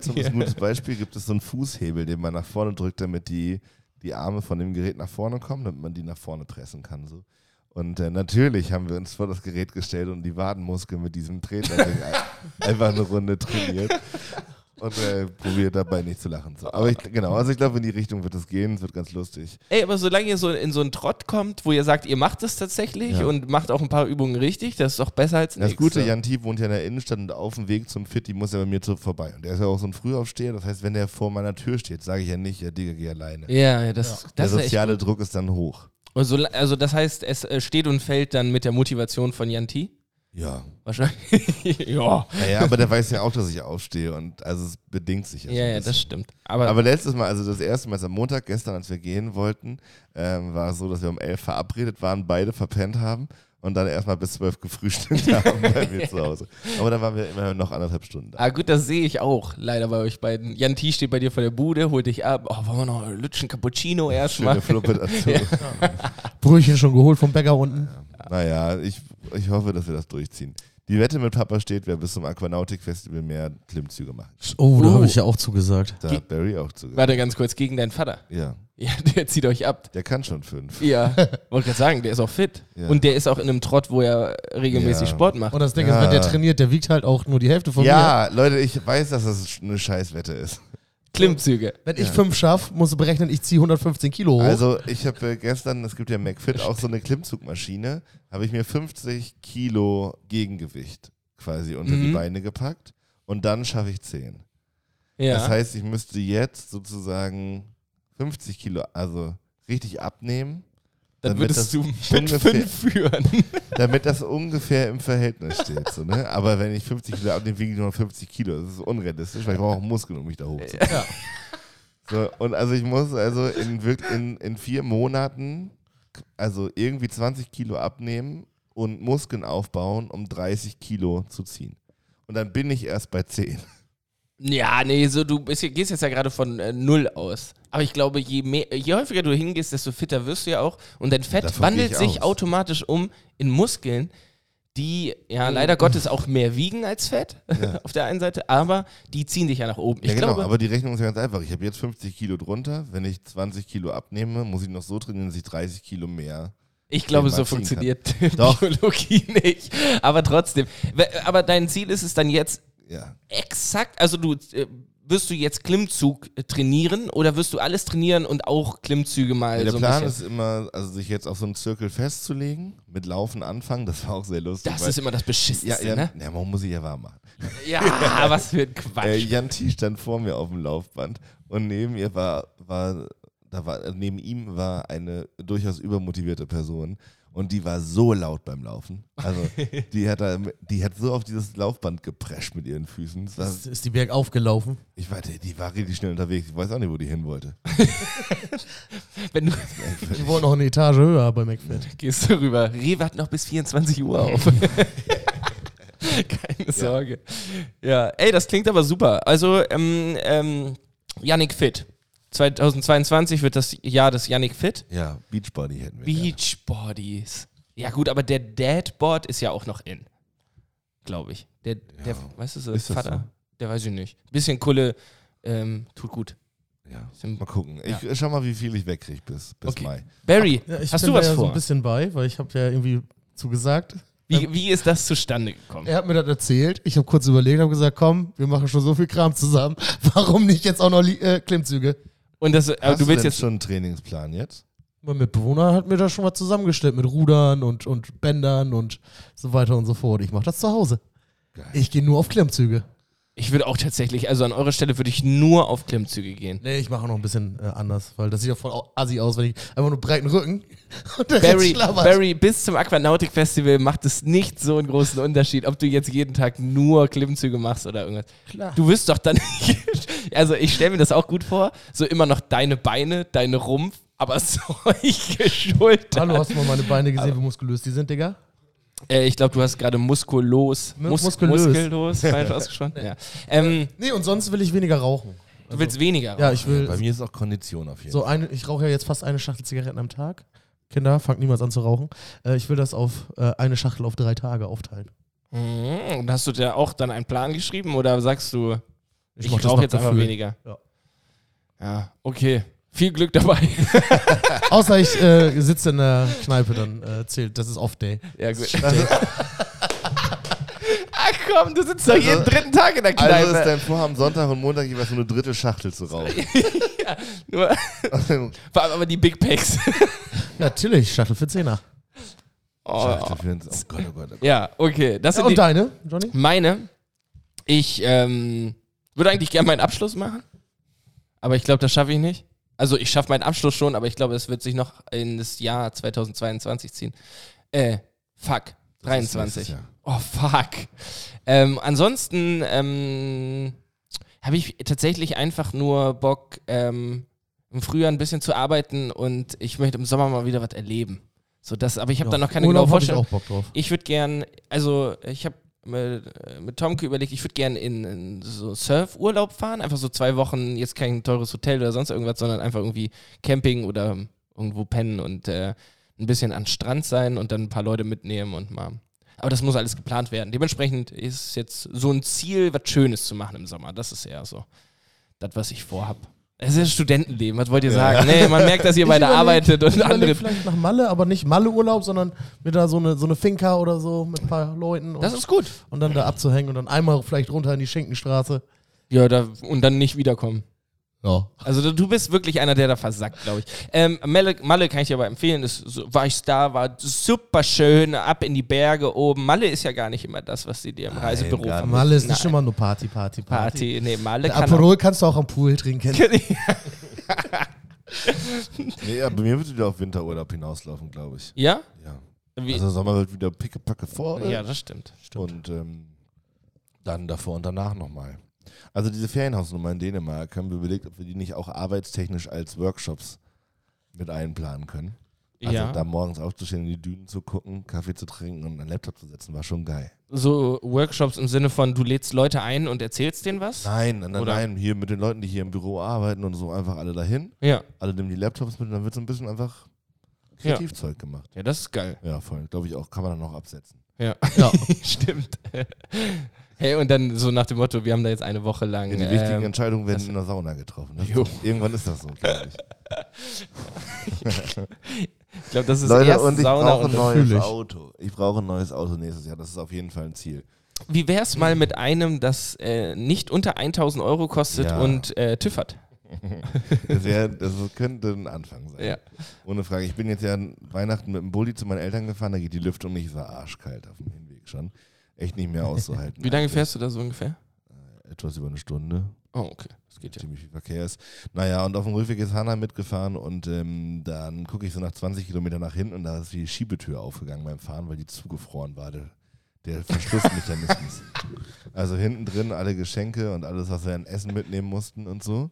S3: zum
S1: Ja.
S3: ein gutes Beispiel gibt es so einen Fußhebel, den man nach vorne drückt, damit die, die Arme von dem Gerät nach vorne kommen, damit man die nach vorne pressen kann. So. Und äh, natürlich haben wir uns vor das Gerät gestellt und die Wadenmuskeln mit diesem Treterding ein- einfach eine Runde trainiert. Und äh, probiert dabei nicht zu lachen. So. Aber ich, genau, also ich glaube, in die Richtung wird es gehen. Es wird ganz lustig.
S1: Ey, aber solange ihr so in so einen Trott kommt, wo ihr sagt, ihr macht es tatsächlich
S3: Ja.
S1: und macht auch ein paar Übungen richtig, das ist doch besser als
S3: Das
S1: nichts.
S3: Gute,
S1: so.
S3: Jan T. wohnt ja in der Innenstadt und auf dem Weg zum Fit, die muss ja bei mir zu, vorbei. Und der ist ja auch so ein Frühaufsteher. Das heißt, wenn der vor meiner Tür steht, sage ich ja nicht, ja, Digga, geh alleine.
S1: Ja, ja, das,
S3: der
S1: das ist echt.
S3: soziale Druck ist dann hoch.
S1: Und so- Also das heißt, es äh, steht und fällt dann mit der Motivation von Jan T.
S3: Ja.
S1: Wahrscheinlich. ja.
S3: Naja, aber der weiß ja auch, dass ich aufstehe. Und also es bedingt sich ja. so
S1: Ja,
S3: ein
S1: ja,
S3: bisschen.
S1: das stimmt. Aber,
S3: Aber letztes Mal, also das erste Mal als am Montag, gestern, als wir gehen wollten, ähm, war es so, dass wir um elf verabredet waren, beide verpennt haben und dann erstmal bis zwölf gefrühstückt haben bei mir zu Hause. Aber dann waren wir immerhin noch anderthalb Stunden da.
S1: ah, gut, das sehe ich auch leider bei euch beiden. Jan T. steht bei dir vor der Bude, holt dich ab. Oh, wollen wir noch lutschen Cappuccino erstmal?
S3: Schöne Fluppe dazu.
S4: Brötchen schon geholt vom Bäcker unten.
S3: Naja, ich, ich hoffe, dass wir das durchziehen. Die Wette mit Papa steht, wer bis zum Aquanautik-Festival mehr Klimmzüge macht.
S4: Oh, da
S1: Oh.
S4: habe ich ja auch zugesagt.
S3: Da
S1: Ge-
S3: hat Barry auch zugehört.
S1: Warte ganz kurz, gegen deinen Vater.
S3: Ja,
S1: Ja, der zieht euch ab.
S3: der kann schon fünf.
S1: Ja, wollte gerade sagen, der ist auch fit.
S3: Ja.
S1: Und der ist auch in einem Trott, wo er regelmäßig
S3: Ja.
S1: Sport macht.
S4: Und das Ding
S3: Ja.
S4: ist, wenn der trainiert, der wiegt halt auch nur die Hälfte von mir.
S3: Ah. Ja, Leute, ich weiß, dass das eine Scheißwette ist.
S1: Klimmzüge.
S4: Wenn ich fünf schaffe, musst du berechnen, ich ziehe 115 Kilo hoch.
S3: Also ich habe äh, gestern, es gibt ja McFit auch so eine Klimmzugmaschine, habe ich mir 50 Kilo Gegengewicht quasi unter die
S1: Mhm.
S3: Beine gepackt und dann schaffe ich 10.
S1: Ja.
S3: Das heißt, ich müsste jetzt sozusagen 50 Kilo, also richtig abnehmen,
S1: dann
S3: damit das
S1: würdest du mit
S3: ungefähr-
S1: fünf führen.
S3: damit das ungefähr im Verhältnis steht. So, ne? Aber wenn ich 50 Kilo abnehme, wiege ich nur noch 50 Kilo. Das ist unrealistisch, weil ich brauche auch Muskeln, um mich da hochzuziehen.
S4: Ja.
S3: So, und also ich muss also in, wirk- in, in vier Monaten also irgendwie 20 Kilo abnehmen und Muskeln aufbauen, um 30 Kilo zu ziehen. Und dann bin ich erst bei 10.
S1: Ja, nee, so du bist, hier- gehst jetzt ja gerade von äh, null aus. Aber ich glaube, je, mehr, je häufiger du hingehst, desto fitter wirst du ja auch. Und dein Fett
S3: Davon
S1: wandelt
S3: gehe ich
S1: sich
S3: aus.
S1: automatisch um in Muskeln, die ja
S3: Mhm.
S1: leider Gottes auch mehr wiegen als Fett auf der einen Seite, aber die ziehen dich ja nach oben. Ich
S3: ja genau,
S1: glaube,
S3: aber die Rechnung ist ja ganz einfach. Ich habe jetzt 50 Kilo drunter. Wenn ich 20 Kilo abnehme, muss ich noch so trainieren, dass ich 30 Kilo mehr
S1: Ich glaube,
S3: den man
S1: so
S3: ziehen
S1: funktioniert
S3: Doch.
S1: Biologie nicht. Aber trotzdem. We- Aber dein Ziel ist es dann jetzt
S3: ja,
S1: exakt, also du äh, wirst du jetzt Klimmzug äh, trainieren oder wirst du alles trainieren und auch Klimmzüge mal
S3: Ja, der
S1: so ein
S3: Plan
S1: bisschen?
S3: ist immer, also sich jetzt auf so einen Zirkel festzulegen, mit Laufen anfangen, das war auch sehr lustig.
S1: das
S3: weil-
S1: ist immer das
S3: ja,
S1: Beschissenste,
S3: ja,
S1: ne?
S3: ja, man muss sich ja warm machen.
S1: Ja, was für ein
S3: Äh,
S1: Quatsch.
S3: Jan T. stand vor mir auf dem Laufband und neben ihr war, war, da war, äh, neben ihm war eine durchaus übermotivierte Person und die war so laut beim Laufen. Also die hat, da, die hat so auf dieses Laufband geprescht mit ihren Füßen. Das war,
S4: Ist- ist die Berg aufgelaufen.
S3: ich weiß, nicht, die war richtig schnell unterwegs. Ich weiß auch nicht, wo die hin wollte.
S1: Wenn du
S4: Die wollen noch eine Etage höher bei McFit.
S1: gehst du rüber. Rewe hat noch bis 24 Uhr auf. Keine Sorge. Ja, ey, das klingt aber super. Also, ähm, ähm, Yannick Fit. 2022 wird das Jahr des Yannick Fit.
S3: Ja, Beachbody hätten wir. gerne.
S1: Beachbodies. Ja, gut, aber der Dadboard ist ja auch noch in. Glaube ich. Der, der
S3: Ja.
S1: weißt du, so
S3: Ist das
S1: Vater? Der weiß ich nicht. Bisschen Kulle ähm, tut gut.
S3: Ja.
S1: Bisschen-
S3: Mal gucken. Ich schau mal, wie viel ich wegkriege bis, bis
S1: Okay.
S3: Mai.
S1: Barry,
S4: Ja, ich
S1: hast
S4: bin
S1: du was
S4: da ja so
S1: vor?
S4: ein bisschen bei, weil ich habe ja irgendwie zugesagt.
S1: wie, wie ist das zustande gekommen?
S4: Er hat mir das erzählt. Ich habe kurz überlegt, habe gesagt, komm, wir machen schon so viel Kram zusammen. Warum nicht jetzt auch noch Li- äh, Klimmzüge?
S1: Und das, aber
S3: Hast
S1: du willst
S3: denn
S1: jetzt
S3: schon einen Trainingsplan jetzt?
S4: Mein Mitbewohner hat mir da schon mal zusammengestellt mit Rudern und, und Bändern und so weiter und so fort. Ich mache das zu Hause.
S3: Geil.
S4: Ich gehe nur auf Klimmzüge.
S1: Ich würde auch tatsächlich, also an eurer Stelle würde ich nur auf Klimmzüge gehen.
S4: Nee, ich mache noch ein bisschen äh, anders, weil das sieht ja voll au- assi aus, wenn ich einfach nur breiten Rücken und der Rest
S1: Barry,
S4: schlabbert.
S1: Barry, bis zum Aquanautik Festival macht es nicht so einen großen Unterschied, ob du jetzt jeden Tag nur Klimmzüge machst oder irgendwas.
S4: Klar.
S1: Du wirst doch dann, also ich stelle mir das auch gut vor, so immer noch deine Beine, deine Rumpf, aber solche Schultern.
S4: Hallo, hast du mal meine Beine gesehen, wie muskulös die sind, Digga?
S1: Äh, ich glaube, du hast gerade muskulos,
S4: Mu-
S1: mus muskulös,
S4: muskulös.
S1: falsch ausgesprochen. ja. ähm,
S4: Nee, und sonst will ich weniger rauchen.
S1: du willst weniger.
S4: Ja, ich
S3: Bei
S4: will
S3: mir ist auch Kondition auf jeden Fall.
S4: so eine, ich rauche ja jetzt fast eine Schachtel Zigaretten am Tag. Kinder, fangt niemals an zu rauchen. Äh, ich will das auf äh, eine Schachtel auf drei Tage aufteilen.
S1: Mhm. Und hast du dir auch dann einen Plan geschrieben oder sagst du, Ich,
S4: mach das
S1: brauche
S4: nach
S1: jetzt einfach
S4: Gefühl.
S1: weniger.
S4: Ja.
S1: Ja, okay. Viel Glück dabei.
S4: Außer ich äh, sitze in der Kneipe, dann äh, zählt. Das ist Off-Day.
S1: Ja, gut. Ach komm, du sitzt doch jeden dritten Tag in der Kneipe.
S3: Also ist dein Vorhaben Sonntag und Montag jeweils nur eine dritte Schachtel zu rauchen.
S1: Nur, vor allem aber die Big Packs.
S4: Natürlich, Schachtel für Zehner.
S1: Oh,
S3: Schachtel für uns. Oh Gott, oh Gott. Oh Gott.
S1: ja, okay. Das
S4: Ja,
S1: sind
S4: und
S1: die,
S4: deine, Johnny?
S1: meine. Ich ähm, würde eigentlich gerne meinen Abschluss machen, aber ich glaube, das schaffe ich nicht. Also ich schaffe meinen Abschluss schon, aber ich glaube, es wird sich noch in das Jahr 2022 ziehen. Äh, fuck.
S3: Das ist nächstes
S1: 23.
S3: Jahr.
S1: Oh, fuck. Ähm, ansonsten ähm, habe ich tatsächlich einfach nur Bock, ähm, im Frühjahr ein bisschen zu arbeiten und ich möchte im Sommer mal wieder was erleben. So, das, aber ich habe da noch keine genaue
S4: Urlaub hab ich
S1: Vorstellung.
S4: auch Bock drauf.
S1: Ich würde gern, also ich habe mit, äh, mit Tomke überlegt, ich würde gern in, in so Surfurlaub fahren, einfach so zwei Wochen, jetzt kein teures Hotel oder sonst irgendwas, sondern einfach irgendwie Camping oder ähm, irgendwo pennen und äh, ein bisschen an Strand sein und dann ein paar Leute mitnehmen und mal. Aber das muss alles geplant werden. Dementsprechend ist es jetzt so ein Ziel, was Schönes zu machen im Sommer. Das ist eher so das, was ich vorhab. Es ist Studentenleben, was wollt ihr sagen? Nee, man merkt, dass ihr beide
S4: überleg-
S1: arbeitet und
S4: Ich überleg
S1: andere
S4: vielleicht nach Malle, aber nicht Malle-Urlaub, sondern mit da so eine, so eine Finca oder so mit ein paar Leuten. Und,
S1: Das ist gut.
S4: und dann da abzuhängen und dann einmal vielleicht runter in die Schinkenstraße.
S1: Ja, da, und dann nicht wiederkommen.
S4: Ja.
S1: Also du- du bist wirklich einer, der da versackt, glaube ich. Ähm, Malle, Malle kann ich dir aber empfehlen. Das, so- war ich da, war super schön, ab in die Berge oben. Malle ist ja gar nicht immer das, was sie dir im Reisebüro
S3: gar nicht.
S1: vermitteln.
S4: Malle ist
S1: Nein.
S4: nicht immer nur Party, Party, Party.
S1: Party. Nee, Malle
S4: Party.
S1: kann auch,
S4: Aperol kannst du auch am Pool trinken.
S3: Nee, ja, bei mir wird wieder auf Winterurlaub hinauslaufen, glaube ich.
S1: Ja?
S3: Ja.
S1: Wie,
S3: Also Sommer wird wieder pickepacke voll.
S1: ja, das stimmt.
S3: Und ähm, dann davor und danach nochmal. Also diese Ferienhausnummer in Dänemark haben wir überlegt, ob wir die nicht auch arbeitstechnisch als Workshops mit einplanen können. Also
S1: ja.
S3: da morgens aufzustehen, in die Dünen zu gucken, Kaffee zu trinken und einen Laptop zu setzen, war schon geil.
S1: So Workshops im Sinne von, du lädst Leute ein und erzählst denen was?
S3: Nein, nein,
S1: Oder-
S3: nein, hier mit den Leuten, die hier im Büro arbeiten und so, einfach alle dahin.
S1: Ja.
S3: Alle nehmen die Laptops mit und dann wird so ein bisschen einfach
S1: Ja.
S3: Kreativzeug gemacht.
S1: Ja, das ist geil.
S3: Ja, voll. Glaube ich auch, kann man dann noch absetzen.
S1: Ja.
S4: Ja.
S1: stimmt. hey, und dann so nach dem Motto, wir haben da jetzt eine Woche lang.
S3: Ja, die wichtigen
S1: ähm,
S3: Entscheidungen werden
S1: das-
S3: in der Sauna getroffen. Das,
S1: Jo.
S3: irgendwann ist das so, glaube ich.
S1: ich glaube, das ist
S3: Leute,
S1: erst
S3: und ich
S1: Sauna
S3: brauche ein
S1: und dann
S3: neues
S4: fühl ich.
S3: Auto. Ich brauche ein neues Auto nächstes Jahr. Das ist auf jeden Fall ein Ziel.
S1: Wie wär's mal mit einem, das äh, nicht unter 1000 Euro kostet
S3: Ja.
S1: und äh, TÜV hat?
S3: Das, wär, das könnte ein Anfang sein.
S1: Ja.
S3: Ohne Frage. Ich bin jetzt ja an Weihnachten mit dem Bulli zu meinen Eltern gefahren. Da geht die Lüftung nicht, ich war arschkalt auf dem Hinweg schon. Echt nicht mehr auszuhalten.
S1: Wie lange
S3: Eigentlich
S1: fährst du da so ungefähr?
S3: Etwas über eine Stunde.
S1: Oh, okay. Das geht ja.
S3: Ziemlich viel Verkehr ist. Naja, und auf dem Rückweg ist Hanna mitgefahren und ähm, dann gucke ich so nach 20 Kilometern nach hinten und da ist die Schiebetür aufgegangen beim Fahren, weil die zugefroren war, der, der Verschlussmechanismus. also hinten drin alle Geschenke und alles, was wir an Essen mitnehmen mussten und so.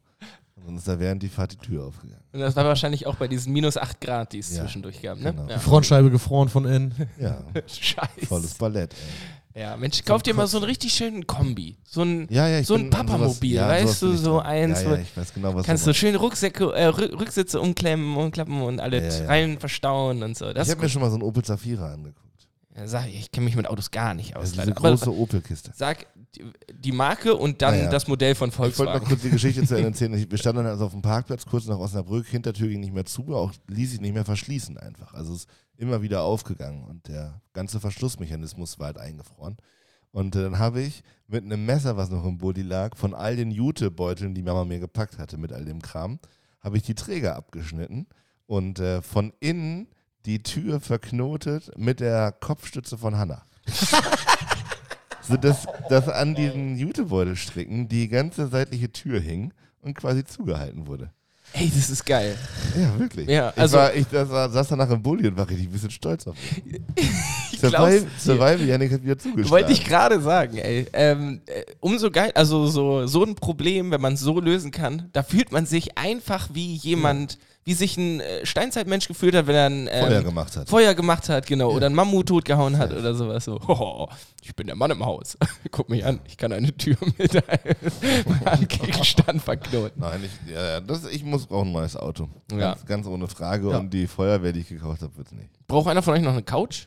S3: Und dann ist da während die Fahrt die Tür aufgegangen.
S1: Und das war wahrscheinlich auch bei diesen minus 8 Grad, die es
S3: Ja,
S1: zwischendurch gab, ne?
S3: genau.
S1: Ja.
S4: Frontscheibe gefroren von innen.
S3: Ja,
S1: Scheiße.
S3: volles Ballett. Ey.
S1: Ja, Mensch, kauf dir mal so einen richtig schönen Kombi. So ein,
S3: Ja, ja, ich
S1: so ein
S3: bin an sowas-
S1: Papamobil,
S3: ja, an sowas
S1: weißt du,
S3: bin ich
S1: so
S3: dran.
S1: eins.
S3: Ja,
S1: wo-
S3: ja, ich weiß genau, was
S1: Kannst
S3: du
S1: du schön Rucksäcke, äh, Rü- Rücksitze umklemmen und klappen und alle
S3: Ja, ja.
S1: Reihen verstauen und so. Das
S3: Ich
S1: ist
S3: habe mir
S1: gut.
S3: schon mal so einen Opel Zafira angeguckt.
S1: Ja, sag ich, ich kenne mich mit Autos gar nicht aus.
S3: Also diese
S1: leider. Aber
S3: große Opel-Kiste.
S1: Sag die- die Marke und dann
S3: Ja, ja.
S1: das Modell von
S3: Ich wollte noch
S1: Volkswagen.
S3: kurz die Geschichte zu Ende erzählen. Ich- Wir standen dann also auf dem Parkplatz kurz nach Osnabrück, Hintertür ging nicht mehr zu, auch ließ sich nicht mehr verschließen einfach. Also es ist immer wieder aufgegangen und der ganze Verschlussmechanismus war halt eingefroren. Und äh, dann habe ich mit einem Messer, was noch im Body lag, von all den Jutebeuteln, die Mama mir gepackt hatte mit all dem Kram, habe ich die Träger abgeschnitten und äh, von innen die Tür verknotet mit der Kopfstütze von Hannah. So dass, dass an diesen Jutebeutelstricken die ganze seitliche Tür hing und quasi zugehalten wurde.
S1: Ey, das ist geil.
S3: Ja, wirklich.
S1: Ja,
S3: ich
S1: also-
S3: war, ich das war, saß danach im Bulli und war richtig ein bisschen stolz auf mich.
S1: Ich
S3: Survival,
S1: glaub's dir.
S3: Survival Janik hat wieder zugeschlagen.
S1: Wollte ich gerade sagen, ey. Ähm, äh, umso geil, also so, so ein Problem, wenn man es so lösen kann, da fühlt man sich einfach wie jemand, wie sich ein äh, Steinzeitmensch gefühlt hat, wenn er ein ähm,
S3: Feuer gemacht hat.
S1: Feuer gemacht hat, genau, oder ein Mammut totgehauen hat oder sowas. So, hoho, ich bin der Mann im Haus. Guck mich an, ich kann eine Tür mit einem Gegenstand verknoten.
S3: Nein, ich, ja, ja, das, ich muss brauchen ein neues Auto.
S1: Ja.
S3: Ganz, ganz ohne Frage. Und die Feuerwehr, die ich gekauft habe, wird es nicht.
S1: Braucht einer von euch noch eine Couch?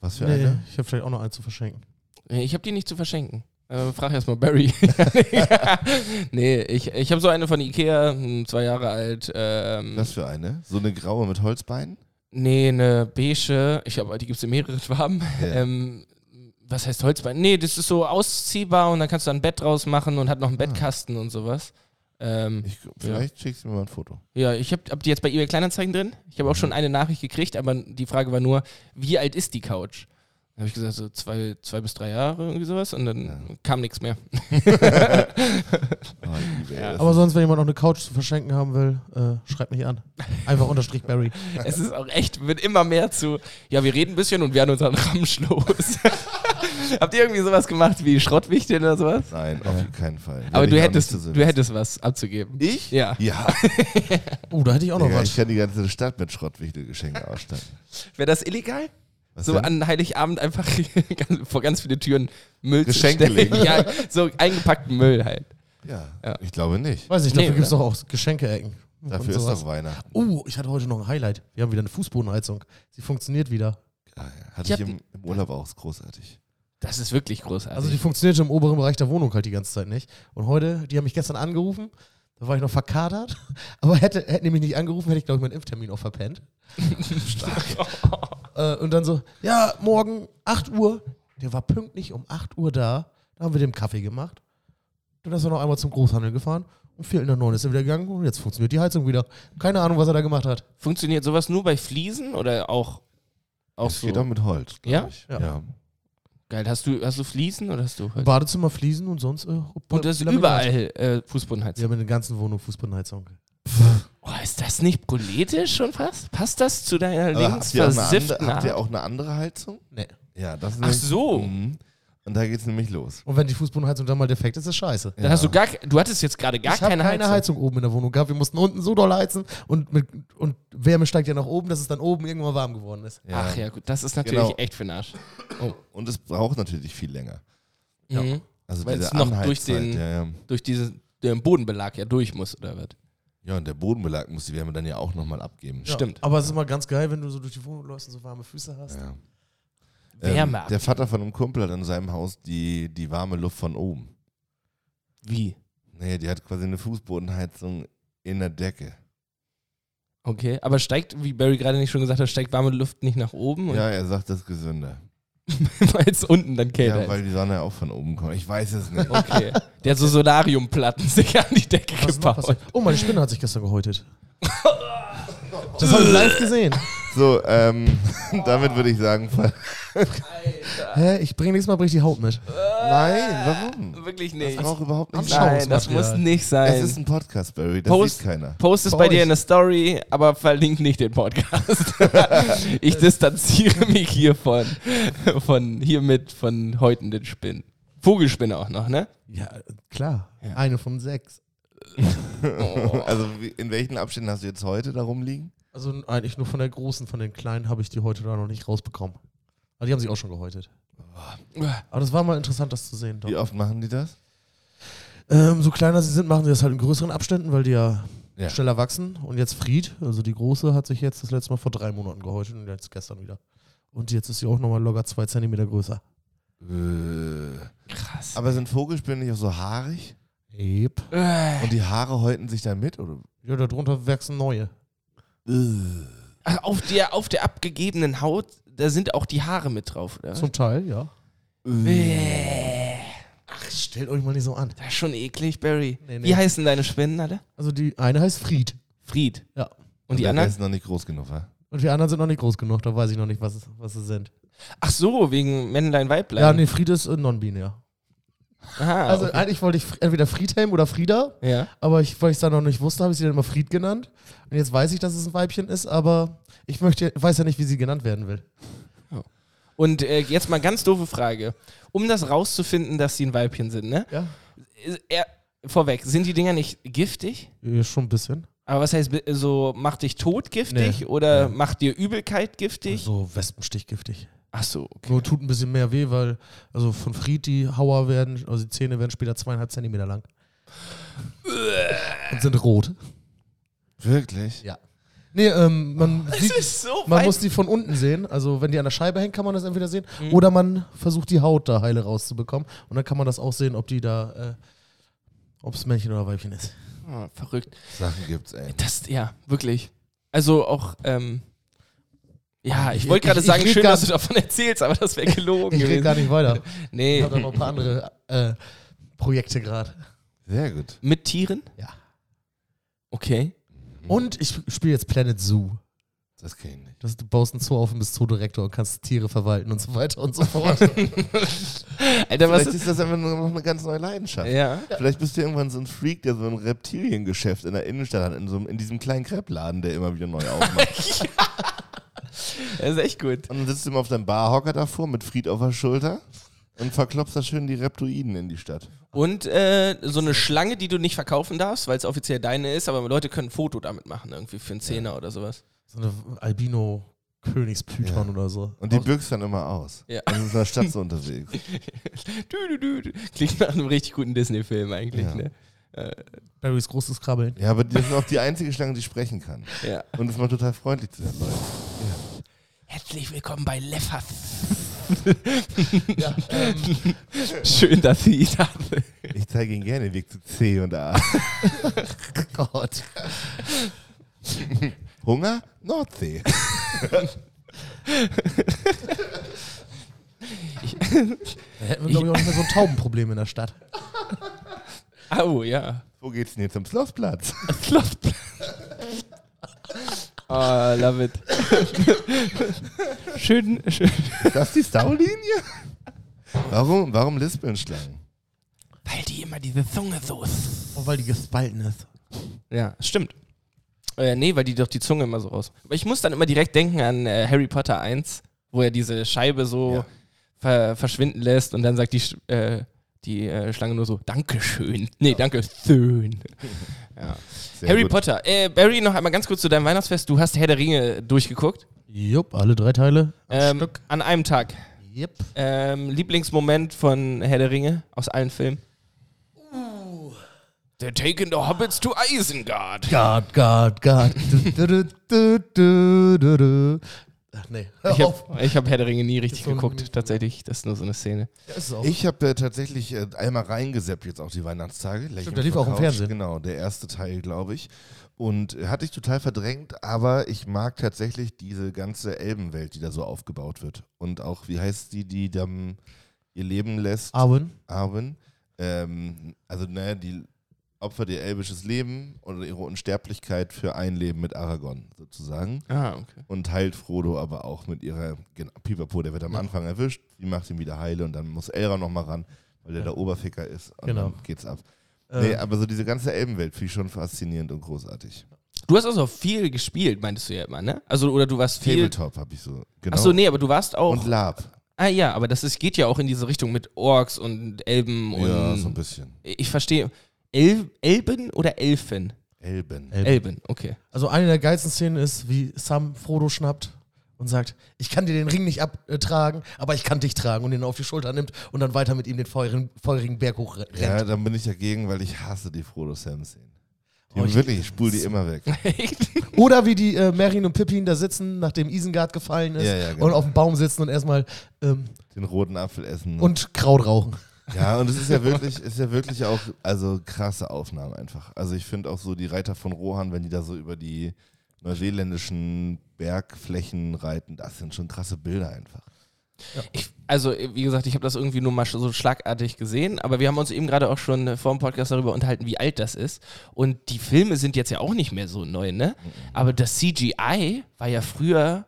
S3: Was für
S4: Nee,
S3: eine?
S4: ich habe vielleicht auch noch einen zu verschenken.
S1: Ich habe die nicht zu verschenken. Äh, frag erstmal Barry. nee, ich, ich habe so eine von Ikea, hm, zwei Jahre alt. Ähm,
S3: Was für eine? So eine graue mit Holzbeinen?
S1: Nee, eine beige. Ich habe, die gibt es in mehreren Farben.
S3: Ja.
S1: Ähm, was heißt Holzbein? Nee, das ist so ausziehbar und dann kannst du da ein Bett draus machen und hat
S3: Ah.
S1: noch einen Bettkasten und sowas. Ähm,
S3: Ich, vielleicht schickst du mir mal ein Foto.
S1: ja, ich habe hab die jetzt bei eBay Kleinanzeigen drin. Ich
S3: Mhm.
S1: habe auch schon eine Nachricht gekriegt, aber die Frage war nur, wie alt ist die Couch? Dann habe ich gesagt, so zwei, zwei bis drei Jahre, irgendwie sowas. Und dann
S3: Ja.
S1: kam nichts mehr.
S3: Oh, eBay,
S1: Ja.
S3: das
S4: Aber sonst, wenn jemand noch eine Couch zu verschenken haben will, äh, schreibt mich an. Einfach unterstrich Barry.
S1: es ist auch echt, wird immer mehr zu, ja, wir reden ein bisschen und werden unseren Ramsch los. Habt ihr irgendwie sowas gemacht wie Schrottwichteln oder sowas?
S3: ist- Nein, auf keinen Fall.
S1: Aber
S3: Werde
S1: du
S3: ich auch
S1: hättest,
S3: nicht zu
S1: du hättest was abzugeben.
S3: Ich?
S1: Ja.
S3: Ja,
S4: Oh, da hätte ich auch noch
S3: Digga,
S4: was.
S3: ich kann die ganze Stadt mit Schrottwichtelgeschenken ausstatten.
S1: Wäre das illegal?
S3: Was
S1: so
S3: denn?
S1: an Heiligabend einfach ganz- vor ganz viele Türen Müll
S3: Geschenke
S1: zu stellen.
S3: legen.
S1: Ja, so eingepackten Müll halt.
S3: ja,
S1: Ja.
S3: ich glaube nicht.
S4: Weiß nicht,
S1: Nee, ne.
S4: dafür gibt es doch auch Geschenke-Ecken. und
S3: Dafür ist
S4: sowas.
S3: doch Weihnachten.
S4: Oh, ich hatte heute noch ein Highlight. Wir haben wieder eine Fußbodenheizung. Sie funktioniert wieder.
S3: Ah, ja.
S1: Ich
S3: Hatte
S1: hab
S3: ich im, im Urlaub auch, ist großartig.
S1: Das ist wirklich großartig.
S4: Also die funktionierte im oberen Bereich der Wohnung halt die ganze Zeit nicht. Und heute, die haben mich gestern angerufen, da war ich noch verkadert. Aber hätte, hätten die mich nicht angerufen, hätte ich, glaube ich, meinen Impftermin auch verpennt. Stark. äh, und dann so, ja, morgen 8 Uhr. Der war pünktlich um 8 Uhr da. Da haben wir dem Kaffee gemacht. Dann ist er noch einmal zum Großhandel gefahren. Um Viertel nach neun ist er wieder gegangen und jetzt funktioniert die Heizung wieder. Keine Ahnung, was er da gemacht hat.
S1: Funktioniert sowas nur bei Fliesen oder auch, auch
S3: Das
S1: so?
S3: geht auch mit Holz, ne? glaub
S1: Ja?
S3: ich.
S4: Ja.
S1: Geil. Hast du, hast du Fliesen oder hast du Holz?
S4: Badezimmer fließen und sonst. Äh,
S1: Und das ist
S4: Laminat.
S1: überall äh, Fußbodenheizung.
S4: Wir haben in der ganzen Wohnung Fußbodenheizung.
S1: Oh, ist das nicht politisch schon fast? Passt das zu deiner
S3: Aber habt,
S1: links
S3: ihr auch eine andere,
S1: versifften
S3: habt ihr
S1: Art?
S3: auch eine andere Heizung?
S4: Nee.
S3: Ja, das ist
S1: Ach
S3: nämlich-
S1: so.
S3: Mhm. Und da geht's nämlich los.
S4: Und wenn die Fußbodenheizung dann mal defekt ist, ist scheiße.
S1: Dann hast du gar, du hattest jetzt gerade gar
S4: ich habe
S1: keine, Heizung.
S4: oben in der Wohnung gehabt. Wir mussten unten so doll heizen und, mit, und Wärme steigt ja nach oben, dass es dann oben irgendwann warm geworden ist.
S3: Ja.
S1: Ach ja, gut, das ist natürlich
S3: Genau.
S1: echt für den Arsch.
S3: Und es braucht natürlich viel länger.
S1: Mhm.
S3: Also
S1: Weil
S3: diese
S1: es noch durch
S3: Anheizzeit,
S1: den-
S3: ja, ja.
S1: durch diesen den Bodenbelag ja durch muss oder was?
S3: ja, und der Bodenbelag muss die Wärme dann ja auch nochmal abgeben.
S1: Ja. Stimmt.
S4: Aber es ist immer ganz geil, wenn du so durch die Wohnung läufst und so warme Füße hast.
S3: Ja. Ähm,
S1: Wärme
S3: der Vater von einem Kumpel hat in seinem Haus die, die warme Luft von oben.
S1: Wie?
S3: Nee, die hat quasi eine Fußbodenheizung in der Decke.
S1: Okay, aber steigt, wie Barry gerade nicht schon gesagt hat, steigt warme Luft nicht nach oben,
S3: Ja, er sagt, das ist gesünder.
S1: weil es unten dann kälter
S3: ja, weil
S1: ist.
S3: die Sonne auch von oben kommt. Ich weiß es nicht.
S1: Okay. Der hat so Solariumplatten sich an die Decke
S4: Was ist noch
S1: gebaut.
S4: passiert? Oh, meine Spinne hat sich gestern gehäutet. das habe ich live gesehen.
S3: So, ähm, damit würde ich sagen, ver-
S4: Hä? Ich bringe nächstes Mal bring ich die Haut mit.
S3: nein, warum?
S1: Wirklich
S3: Das
S1: nicht.
S3: braucht überhaupt nicht
S1: Äh,
S4: Anschau-
S1: Nein, das muss
S4: Schauungsmaterial.
S1: nicht
S3: Es ist
S1: sein.
S3: ein Podcast, Barry, das
S1: Post-
S3: sieht keiner.
S1: Post es
S4: Bei
S1: bei dir
S4: euch.
S1: in der Story, aber verlink nicht den Podcast. ich distanziere mich hiervon, von hiermit von heutenden Spinnen. Vogelspinne auch noch, ne?
S4: Ja, klar. Eine von sechs.
S1: Oh.
S3: Also wie- in welchen Abständen hast du jetzt heute da rumliegen?
S4: Also eigentlich nur von der großen, von den kleinen habe ich die heute da noch nicht rausbekommen. Aber die haben sich auch schon gehäutet. Ah. Aber das war mal interessant, das zu sehen. Doch.
S3: Wie oft machen die das?
S4: Ähm, so kleiner sie sind, machen sie das halt in größeren Abständen, weil die ja,
S3: Ja.
S4: schneller wachsen. Und jetzt Fried, also die große, hat sich jetzt das letzte Mal vor drei Monaten gehäutet und jetzt gestern wieder. Und jetzt ist sie auch nochmal locker zwei Zentimeter größer.
S3: Äh.
S1: Krass.
S3: Aber sind Vogelspinnen nicht auch so haarig?
S4: Yep.
S1: Äh.
S3: Und die Haare häuten sich dann mit? Oder?
S4: Ja, darunter wachsen neue.
S1: Ach, Auf der, auf der abgegebenen Haut, da sind auch die Haare mit drauf, oder?
S4: Zum Teil, ja.
S1: Äh,
S4: Ach, stellt euch mal nicht so an.
S1: das ist schon eklig, Barry.
S4: Nee, nee.
S1: Wie heißen deine Spinnen alle?
S4: Also die eine heißt Fried.
S1: Fried.
S4: Ja.
S1: Und die
S3: Der
S1: anderen?
S3: ist noch nicht groß genug, wa?
S4: Und die anderen sind noch nicht groß genug, da weiß ich noch nicht, was, es- was sie sind.
S1: Ach so, wegen Männlein, Weiblein.
S4: Ja, nee, Fried ist äh, non-binär.
S1: Aha,
S4: also
S1: Ah, okay.
S4: eigentlich wollte ich fr- entweder Friedhelm oder Frieda,
S1: ja.
S4: Aber ich, weil ich es da noch nicht wusste, habe ich sie dann immer Fried genannt. Und jetzt weiß ich, dass es ein Weibchen ist, aber ich möchte, weiß ja nicht, wie sie genannt werden will.
S1: Und äh, jetzt mal ganz doofe Frage. Um das rauszufinden, dass sie ein Weibchen sind, ne?
S4: Ja?
S1: Ist- Er, vorweg, sind die Dinger nicht giftig?
S4: ja schon ein bisschen.
S1: Aber was heißt bi- so, macht dich tot giftig
S4: Nee.
S1: oder macht dir Übelkeit giftig?
S4: Also wespenstichgiftig.
S1: Ach so, okay.
S4: Nur tut ein bisschen mehr weh, weil also von Fried die Hauer werden, also die Zähne werden später zweieinhalb Zentimeter lang. Und sind rot.
S3: Wirklich?
S4: Ja. Nee, ähm, man, sieht,
S1: ist so
S4: man
S1: weit-
S4: muss die von unten sehen. Also wenn die an der Scheibe hängt, kann man das entweder sehen. Oder man versucht die Haut da heile rauszubekommen. Und dann kann man das auch sehen, ob die da, äh, ob es Männchen oder Weibchen ist.
S1: Ah, verrückt.
S3: Sachen gibt's, ey.
S1: Das, ja, wirklich. Also auch, ähm, ja, ich
S4: Ich-
S1: wollte gerade
S4: ich- ich
S1: sagen,
S4: red
S1: schön,
S4: gar-
S1: dass du davon erzählst, aber das wäre gelogen
S4: Ich rede gar
S1: gewesen.
S4: nicht weiter. Ich
S1: Nee,
S4: habe da noch ein paar andere äh, Projekte gerade.
S3: Sehr gut.
S1: mit Tieren?
S4: Ja.
S1: Okay. Mhm.
S4: Und ich spiele jetzt Planet Zoo.
S3: Das kenne ich nicht.
S4: Das, du baust einen Zoo auf und bist Zoodirektor und kannst Tiere verwalten und so weiter und so fort.
S1: Alter, was
S3: Vielleicht
S1: ist,
S3: ist das einfach nur noch eine ganz neue Leidenschaft.
S1: ja.
S3: Vielleicht bist du irgendwann so ein Freak, der so ein Reptiliengeschäft in der Innenstadt hat, in, so, einem- in diesem kleinen Kreppladen, der immer wieder neu aufmacht.
S1: Das ist echt gut.
S3: und dann sitzt du immer auf deinem Barhocker davor mit Fried auf der Schulter und verklopfst da schön die Reptoiden in die Stadt.
S1: Und äh, so eine Schlange, die du nicht verkaufen darfst, weil es offiziell deine ist, aber Leute können ein Foto damit machen, irgendwie für einen Zehner oder sowas.
S4: so eine Albino-Königspython oder so.
S3: Und die büchst dann immer aus.
S1: Ja.
S3: Und ist in der Stadt so unterwegs.
S1: Du, du, du, du. Klingt nach einem richtig guten Disney-Film eigentlich,
S3: Ja.
S1: ne?
S4: Barrys großes Krabbeln.
S3: Ja, aber das ist auch die einzige Schlange, die sprechen kann.
S1: Ja.
S3: Und ist mal total freundlich zu den Leuten.
S1: Herzlich willkommen bei Leffer.
S4: Ja, ähm,
S1: Schön, dass Sie ihn haben.
S3: Ich zeige Ihnen gerne den Weg zu C und A.
S4: Gott.
S3: Hunger? Nordsee.
S4: Da hätten wir, glaube ich, auch nicht mehr so ein Taubenproblem in der Stadt.
S1: Au, ja.
S3: Wo geht's denn jetzt zum Schlossplatz?
S1: Klopft. Oh, love it. schön, schön.
S3: Ist das die Staulinie? Warum, warum lispeln Schlangen?
S1: Weil die immer diese Zunge so.
S4: Und weil die gespalten ist.
S1: Ja, stimmt. Äh, nee, weil die doch die Zunge immer so raus. Aber ich muss dann immer direkt denken an äh, Harry Potter 1, wo er diese Scheibe so
S3: Ja.
S1: ver verschwinden lässt und dann sagt die, Sch äh, die äh, Schlange nur so, Dankeschön. Nee, danke, schön.
S3: Sehr
S1: Harry
S3: gut.
S1: Potter. Äh, Barry, noch einmal ganz kurz zu deinem Weihnachtsfest. Du hast Herr der Ringe durchgeguckt.
S4: Jupp, alle drei Teile. am
S1: Ähm, an einem Tag.
S4: Jupp.
S1: Ähm, Lieblingsmoment von Herr der Ringe aus allen Filmen? Uh. They're taking the hobbits to Isengard.
S4: God, God, God. Du, du, du, du, du, du. Ach nee, hör
S1: Ich
S4: auf.
S1: habe ich hab Herr der Ringe nie richtig
S4: so ein-
S1: geguckt, tatsächlich. Das ist nur so eine Szene.
S4: Ja, ist es auch.
S3: Ich habe äh, tatsächlich äh, einmal reingeseppt jetzt auch die Weihnachtstage. Gleich
S4: Stimmt,
S3: auf
S4: der lief
S3: der
S4: auch im
S3: Couch.
S4: Fernsehen.
S3: Genau, der erste Teil, glaube ich. Und äh, hatte ich total verdrängt, aber ich mag tatsächlich diese ganze Elbenwelt, die da so aufgebaut wird. Und auch, wie heißt die, die dann ihr Leben lässt?
S4: Arwen.
S3: Arwen. Ähm, also, naja, die opfert ihr elbisches Leben oder ihre Unsterblichkeit für ein Leben mit Aragorn, sozusagen.
S1: Ah, okay.
S3: Und heilt Frodo aber auch mit ihrer, genau, Pipapo, der wird am Anfang erwischt, die macht ihn wieder heile und dann muss Elrond nochmal ran, weil der der Oberficker ist und
S4: Genau.
S3: dann geht's ab.
S4: Äh,
S3: Nee, aber so diese ganze Elbenwelt finde ich schon faszinierend und großartig.
S1: Du hast also viel gespielt, meintest du ja immer, ne? Also, oder du warst viel.
S3: Tabletop habe ich so, genau.
S1: Achso, nee, aber du warst auch.
S3: Und Lab.
S1: ah ja, aber das ist, geht ja auch in diese Richtung mit Orks und Elben und.
S3: Ja, so ein bisschen.
S1: Ich verstehe. El Elben oder Elfen?
S3: Elben.
S4: Elben.
S1: Elben, okay.
S4: Also eine der geilsten Szenen ist, wie Sam Frodo schnappt und sagt, ich kann dir den Ring nicht abtragen, aber ich kann dich tragen und ihn auf die Schulter nimmt und dann weiter mit ihm den feurigen, feurigen Berg hoch rennt.
S3: Ja, dann bin ich dagegen, weil ich hasse die Frodo-Sam-Szenen. Die
S4: Oh, ich-
S3: wirklich, ich spul die immer weg.
S4: Oder wie die äh, Merrin und Pippin da sitzen, nachdem Isengard gefallen ist
S3: Ja, ja, genau.
S4: und auf dem Baum sitzen und erstmal ähm,
S3: Den roten Apfel essen. ne?
S4: und Kraut rauchen.
S3: Ja, und es ist ja wirklich, ist ja wirklich auch, also krasse Aufnahmen einfach. Also ich finde auch so die Reiter von Rohan, wenn die da so über die neuseeländischen Bergflächen reiten, das sind schon krasse Bilder einfach.
S1: Ich, also, wie gesagt, ich habe das irgendwie nur mal sch- so schlagartig gesehen, aber wir haben uns eben gerade auch schon äh, vor dem Podcast darüber unterhalten, wie alt das ist. Und die Filme sind jetzt ja auch nicht mehr so neu, ne? Aber das CGI war ja früher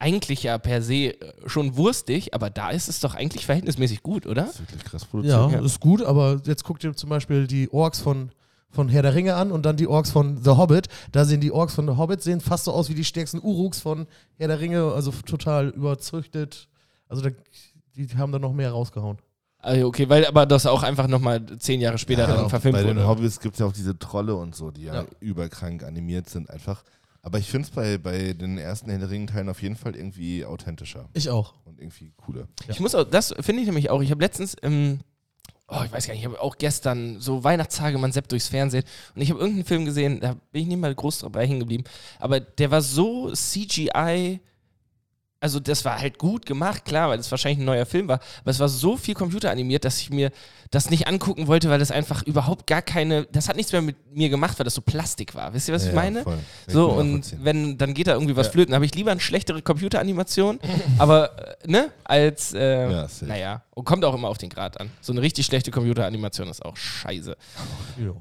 S1: eigentlich ja per se äh, schon wurstig, aber da ist es doch eigentlich verhältnismäßig gut, oder?
S3: Das ist wirklich krass
S4: Ja,
S3: produziert.
S4: ist gut, aber jetzt guckt ihr zum Beispiel die Orks von, von Herr der Ringe an und dann die Orks von The Hobbit. Da sehen die Orks von The Hobbit sehen fast so aus wie die stärksten Uruks von Herr der Ringe, also f- total überzüchtet. Also da, die haben da noch mehr rausgehauen.
S1: Also okay, weil aber das auch einfach nochmal zehn Jahre später dann verfilmt
S3: Bei den
S1: wurde.
S3: Hobbys gibt es ja auch diese Trolle und so, die ja,
S4: Ja.
S3: überkrank animiert sind einfach. Aber ich finde es bei, bei den ersten Herr der Ringe-Teilen auf jeden Fall irgendwie authentischer
S4: Ich auch.
S3: und irgendwie cooler.
S1: Ich muss auch, das finde ich nämlich auch. Ich habe letztens ähm, oh, ich weiß gar nicht, ich habe auch gestern so Weihnachtstage, man seppt durchs Fernsehen und ich habe irgendeinen Film gesehen, da bin ich nicht mal groß dabei hängen geblieben, aber der war so CGI, also das war halt gut gemacht, klar, weil das wahrscheinlich ein neuer Film war, aber es war so viel computeranimiert, dass ich mir das nicht angucken wollte, weil das einfach überhaupt gar keine, das hat nichts mehr mit mir gemacht, weil das so Plastik war, wisst ihr, was ich meine?
S3: voll. Ich
S1: So,
S3: kann
S1: und
S3: nachvollziehen.
S1: wenn, dann geht da irgendwie was flöten. habe ich lieber eine schlechtere Computeranimation, aber, äh, ne, als, äh,
S3: Ja, safe.
S1: naja, und kommt auch immer auf den Grad an. So eine richtig schlechte Computeranimation ist auch scheiße.
S4: Jo.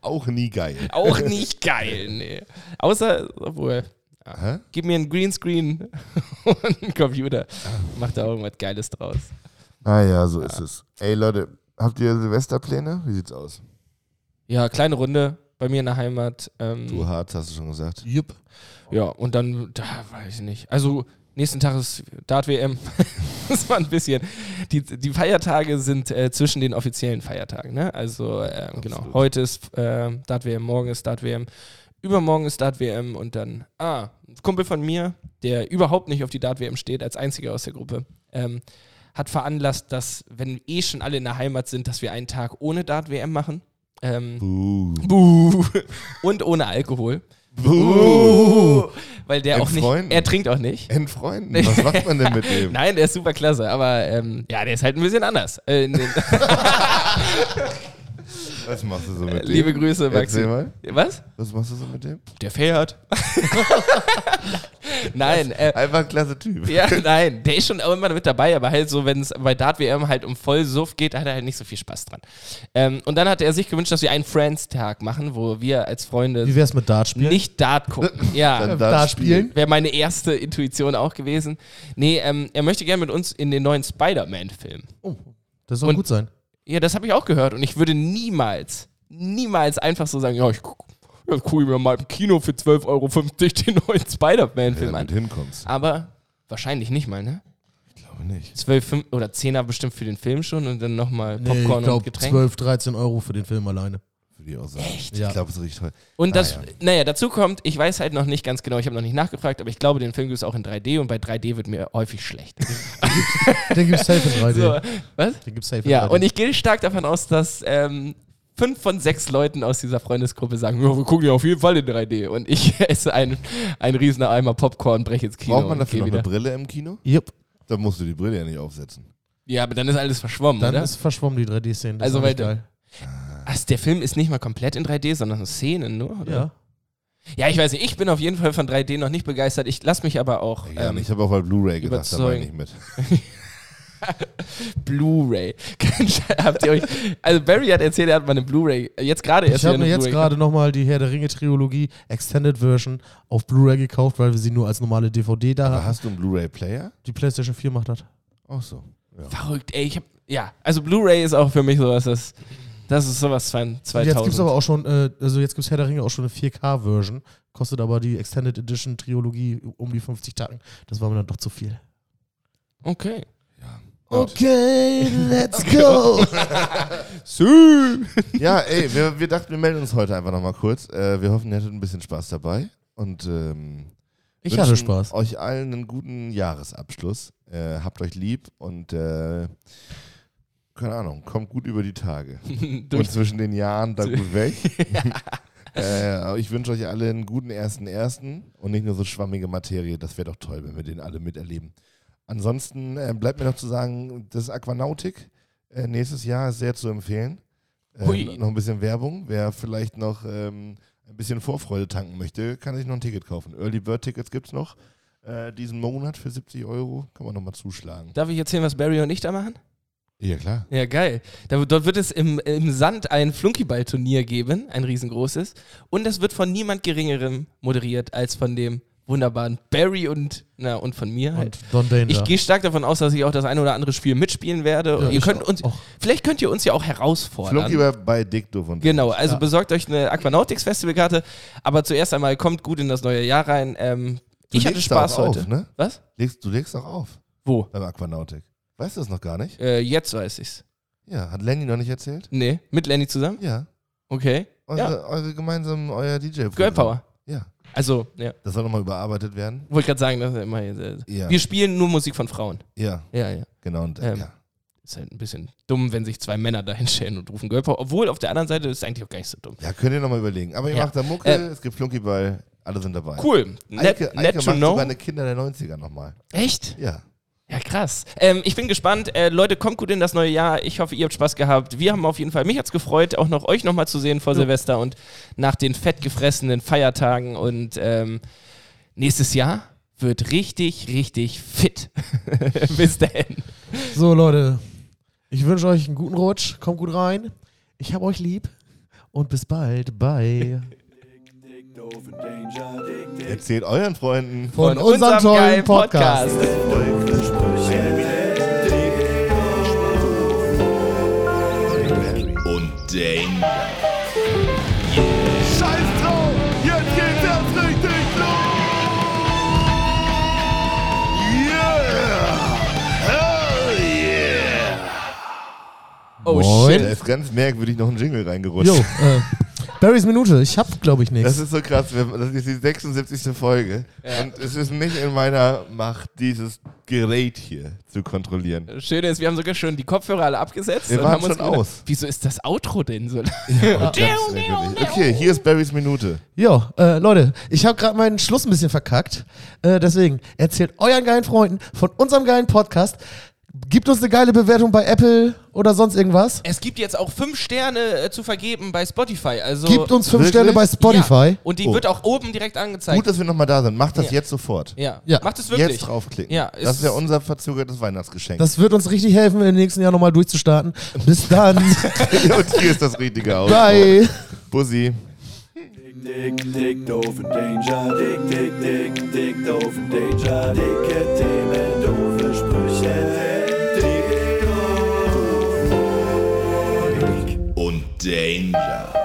S3: Auch nie geil.
S1: Auch nicht geil, nee. Außer, obwohl, ah,
S3: Hä?
S1: gib mir einen Greenscreen und einen Computer. Mach da auch irgendwas Geiles draus.
S3: Ah ja, so ist es. Ey Leute, habt ihr Silvesterpläne? Wie sieht's aus?
S1: Ja, kleine Runde bei mir in der Heimat. Ähm,
S3: Du Harz, hast du schon gesagt.
S4: Jupp.
S1: Ja, und dann, da weiß ich nicht. Also, nächsten Tag ist Dart-WM. das war ein bisschen. Die, die Feiertage sind äh, zwischen den offiziellen Feiertagen, ne? Also, ähm, genau. Heute ist äh, Dart-WM, morgen ist Dart-WM. Übermorgen ist Dart-WM und dann, ah, ein Kumpel von mir, der überhaupt nicht auf die Dart-WM steht, als einziger aus der Gruppe, ähm, hat veranlasst, dass, wenn eh schon alle in der Heimat sind, dass wir einen Tag ohne Dart-WM machen. Ähm,
S3: Buh.
S1: Buh. Und ohne Alkohol.
S3: Buh.
S1: Weil der
S3: Oh. Mit
S1: auch nicht.
S3: Freunden?
S1: Er trinkt auch nicht.
S3: In Freunden. Was macht man denn mit dem?
S1: Nein, der ist super klasse, aber ähm, ja, der ist halt ein bisschen anders. Äh, nee,
S3: Was machst du so mit dem?
S1: liebe Grüße, Maxi.
S3: Erzähl mal.
S1: Was?
S3: Was machst du so mit dem?
S1: Der fährt. nein, äh,
S3: Einfach ein klasse Typ.
S1: ja, nein, der ist schon auch immer mit dabei, aber halt so, wenn es bei Dart WM halt um Vollsuff geht, hat er halt nicht so viel Spaß dran. Ähm, und dann hat er sich gewünscht, dass wir einen Friends-Tag machen, wo wir als Freunde
S4: Wie wär's mit Dart spielen?
S1: Also nicht Dart gucken. Ja.
S3: Dann
S4: Dart spielen?
S1: Wäre meine erste Intuition auch gewesen. Nee, ähm, er möchte gerne mit uns in den neuen Spider-Man-Film.
S4: Oh, das soll
S1: Und-
S4: gut sein.
S1: Ja, das habe ich auch gehört und ich würde niemals, niemals einfach so sagen, ja, ich gucke ja, guck ich mir mal im Kino für 12,50 Euro den neuen
S3: Wenn du
S1: Spider-Man-Film an.
S3: damit hinkommst.
S1: Aber wahrscheinlich nicht mal, ne?
S3: Ich glaube nicht.
S1: 12 fünf- oder 10er bestimmt für den Film schon und dann nochmal
S4: Nee,
S1: Popcorn
S4: ich
S1: und
S4: glaube
S1: Getränk.
S4: 12, 13 Euro für den Film alleine.
S3: Würde ich auch sagen. Echt?
S4: Ja.
S3: Ich glaube, es riecht toll.
S1: Und
S4: Ah,
S1: das,
S3: Naja.
S1: naja, dazu kommt, ich weiß halt noch nicht ganz genau, ich habe noch nicht nachgefragt, aber ich glaube, den Film gibt es auch in 3D und bei 3D wird mir häufig schlecht.
S4: Den gibt's safe in 3D.
S1: so, was?
S4: Den gibt's safe in
S1: Ja,
S4: 3D.
S1: und ich gehe stark davon aus, dass ähm, fünf von sechs Leuten aus dieser Freundesgruppe sagen, ja, wir gucken ja auf jeden Fall in 3D. Und ich esse einen, einen riesen Eimer Popcorn, breche ins Kino
S3: Braucht man
S1: und geh
S3: dafür noch
S1: wieder.
S3: eine Brille im Kino?
S4: Jupp.
S3: Dann musst du die Brille ja nicht aufsetzen.
S1: Ja, aber dann ist alles verschwommen,
S4: Dann
S1: oder?
S4: ist verschwommen die 3D-Szene.
S1: Also weiter. Ach, der Film ist nicht mal komplett in 3D, sondern nur Szenen nur, oder?
S4: Ja.
S1: Ja, ich weiß nicht, ich bin auf jeden Fall von 3D noch nicht begeistert. Ich lasse mich aber auch
S3: Ja,
S1: ähm,
S3: ich habe auch bei Blu-ray gesagt, da war ich
S1: überzeugen.
S3: nicht mit.
S1: Blu-ray. Kein Scheiß, Habt ihr euch. Also Barry hat erzählt, er hat mal eine Blu-ray. Jetzt gerade erst
S4: Ich habe
S1: wieder eine
S4: mir jetzt
S1: Blu-ray
S4: gerade nochmal die Herr der Ringe-Trilogie Extended Version auf Blu-ray gekauft, weil wir sie nur als normale DVD da
S3: Aber
S4: haben.
S3: hast du einen Blu-ray-Player?
S4: Die PlayStation 4 macht das.
S3: Auch so. Ja.
S1: Verrückt, ey. Ich hab, ja, also Blu-ray ist auch für mich sowas, das, das ist sowas von
S4: Und
S1: 2000.
S4: Jetzt gibt's aber auch schon, äh, also jetzt gibt's Herr der Ringe auch schon eine 4K-Version. Kostet aber die Extended Edition Trilogie um die 50 Tacken. Das war mir dann doch zu viel.
S1: okay.
S4: Okay, let's go!
S3: Ja, ey, wir, wir dachten, wir melden uns heute einfach nochmal kurz. Äh, wir hoffen, ihr hattet ein bisschen Spaß dabei. Und ähm,
S4: Ich hatte
S3: wünschen
S4: Spaß.
S3: euch allen einen guten Jahresabschluss. Äh, habt euch lieb und äh, keine Ahnung, kommt gut über die Tage. und
S1: Durch,
S3: zwischen den Jahren da gut weg. äh, aber ich wünsche euch alle einen guten ersten ersten und nicht nur so schwammige Materie. Das wäre doch toll, wenn wir den alle miterleben. Ansonsten äh, bleibt mir noch zu sagen, das Aquanautik äh, nächstes Jahr ist sehr zu empfehlen.
S1: Hui.
S3: Ähm, noch ein bisschen Werbung. Wer vielleicht noch ähm, ein bisschen Vorfreude tanken möchte, kann sich noch ein Ticket kaufen. Early Bird Tickets gibt es noch. Äh, diesen Monat für 70 Euro kann man nochmal zuschlagen.
S1: darf ich erzählen, was Barry und ich da machen?
S3: Ja, klar.
S1: Ja, geil. Da, dort wird es im, im Sand ein Flunkyball-Turnier geben, ein riesengroßes. Und das wird von niemand Geringerem moderiert als von dem wunderbaren Barry und, na, und von mir halt.
S4: Und Don Dane
S1: Ich gehe stark davon aus, dass ich auch das eine oder andere Spiel mitspielen werde.
S4: Ja,
S1: ihr
S4: ich
S1: könnt uns,
S4: auch.
S1: vielleicht könnt ihr uns ja auch herausfordern.
S3: Flunky bei Dick Doof und
S1: Genau, also
S4: Ja.
S1: besorgt euch eine Aquanautics Festivalkarte. Aber zuerst einmal kommt gut in das neue Jahr rein. Ähm,
S3: Du
S1: ich hatte
S3: legst da auch
S1: Spaß heute.
S3: Auf, ne?
S1: Was?
S3: legst, du legst auch auf
S1: Wo?
S3: beim Aquanautik. Weißt du das noch gar nicht?
S1: Äh, jetzt weiß ich's.
S3: Ja, hat Lenny noch nicht erzählt?
S1: Nee, mit Lenny zusammen?
S3: Ja.
S1: Okay.
S3: Eure, eure gemeinsamen, euer DJ. -Programm.
S1: Girl Power.
S3: Ja.
S1: Also, ja.
S3: Das soll nochmal überarbeitet werden.
S1: Wollte gerade sagen, das ist immer. Äh,
S3: Ja.
S1: Wir spielen nur Musik von Frauen.
S3: Ja,
S1: Ja, ja.
S3: genau. Und,
S1: Ähm.
S3: ja.
S1: Ist halt ein bisschen dumm, wenn sich zwei Männer da hinstellen und rufen Girlpower. Obwohl auf der anderen Seite ist es eigentlich auch gar nicht so dumm.
S3: Ja, könnt ihr nochmal überlegen. Aber ihr
S1: Ja.
S3: macht da Mucke,
S1: Äh,
S3: es gibt Flunkyball, alle sind dabei.
S1: Cool. Net,
S3: Eike,
S1: net
S3: Eike
S1: to
S3: macht
S1: know.
S3: sogar eine Kinder der 90er nochmal.
S1: Echt?
S3: Ja.
S1: Ja, krass. Ähm, ich bin gespannt. Äh, Leute, kommt gut in das neue Jahr. Ich hoffe, ihr habt Spaß gehabt. Wir haben auf jeden Fall, mich hat's gefreut, auch noch euch nochmal zu sehen vor Silvester und nach den fettgefressenen Feiertagen. Und ähm, nächstes Jahr wird richtig, richtig fit. Bis dahin.
S4: So, Leute, ich wünsche euch einen guten Rutsch. Kommt gut rein. Ich habe euch lieb. Und bis bald bei
S2: Dick, doof und danger, dick, dick.
S3: Erzählt euren Freunden.
S4: von, unserem tollen
S1: geilen
S4: Podcast.
S3: Folgt.
S5: und Danger.
S2: Scheiß drauf, jetzt geht das richtig los! Yeah! Hell yeah!
S1: Oh
S4: Moin.
S1: shit.
S3: Da ist ganz merkwürdig noch ein Jingle reingerutscht.
S4: Jo, äh, Barrys Minute. Ich hab, glaube ich, nichts.
S3: Das ist so krass. wir- Das ist die 76. Folge. Und es ist nicht in meiner Macht, dieses Gerät hier zu kontrollieren.
S1: Das Schöne ist, wir haben sogar schon die Kopfhörer alle abgesetzt.
S3: Wir
S1: und
S3: waren
S1: haben uns
S3: schon
S1: gedacht,
S3: aus.
S1: Wieso ist das Outro denn so?
S3: Ganz merkwürdig. Okay, hier ist Barrys Minute.
S4: Ja, äh, Leute, ich habe gerade meinen Schluss ein bisschen verkackt. Äh, deswegen erzählt euren geilen Freunden von unserem geilen Podcast. Gibt uns eine geile Bewertung bei Apple oder sonst irgendwas.
S1: Es gibt jetzt auch fünf Sterne äh, zu vergeben bei Spotify. Also
S4: Gibt uns fünf
S3: wirklich?
S4: Sterne bei Spotify.
S1: Ja. Und die
S3: Oh.
S1: wird auch oben direkt angezeigt.
S3: Gut, dass wir nochmal da sind. Macht das
S1: Ja.
S3: jetzt sofort.
S1: ja.
S4: Ja.
S1: macht es wirklich.
S3: Jetzt draufklicken.
S1: Ja,
S3: das
S1: ist-
S3: ist ja unser verzögertes Weihnachtsgeschenk.
S4: Das wird uns richtig helfen, im nächsten Jahr nochmal durchzustarten. Bis dann.
S3: Und hier ist das richtige Auto.
S4: Bye.
S3: Bussi.
S2: Dick, dick, doof und danger, dick, dick, dick, dick, doof und danger, dicke Themen, doofe Sprüche, dick, doof und
S5: Und Danger.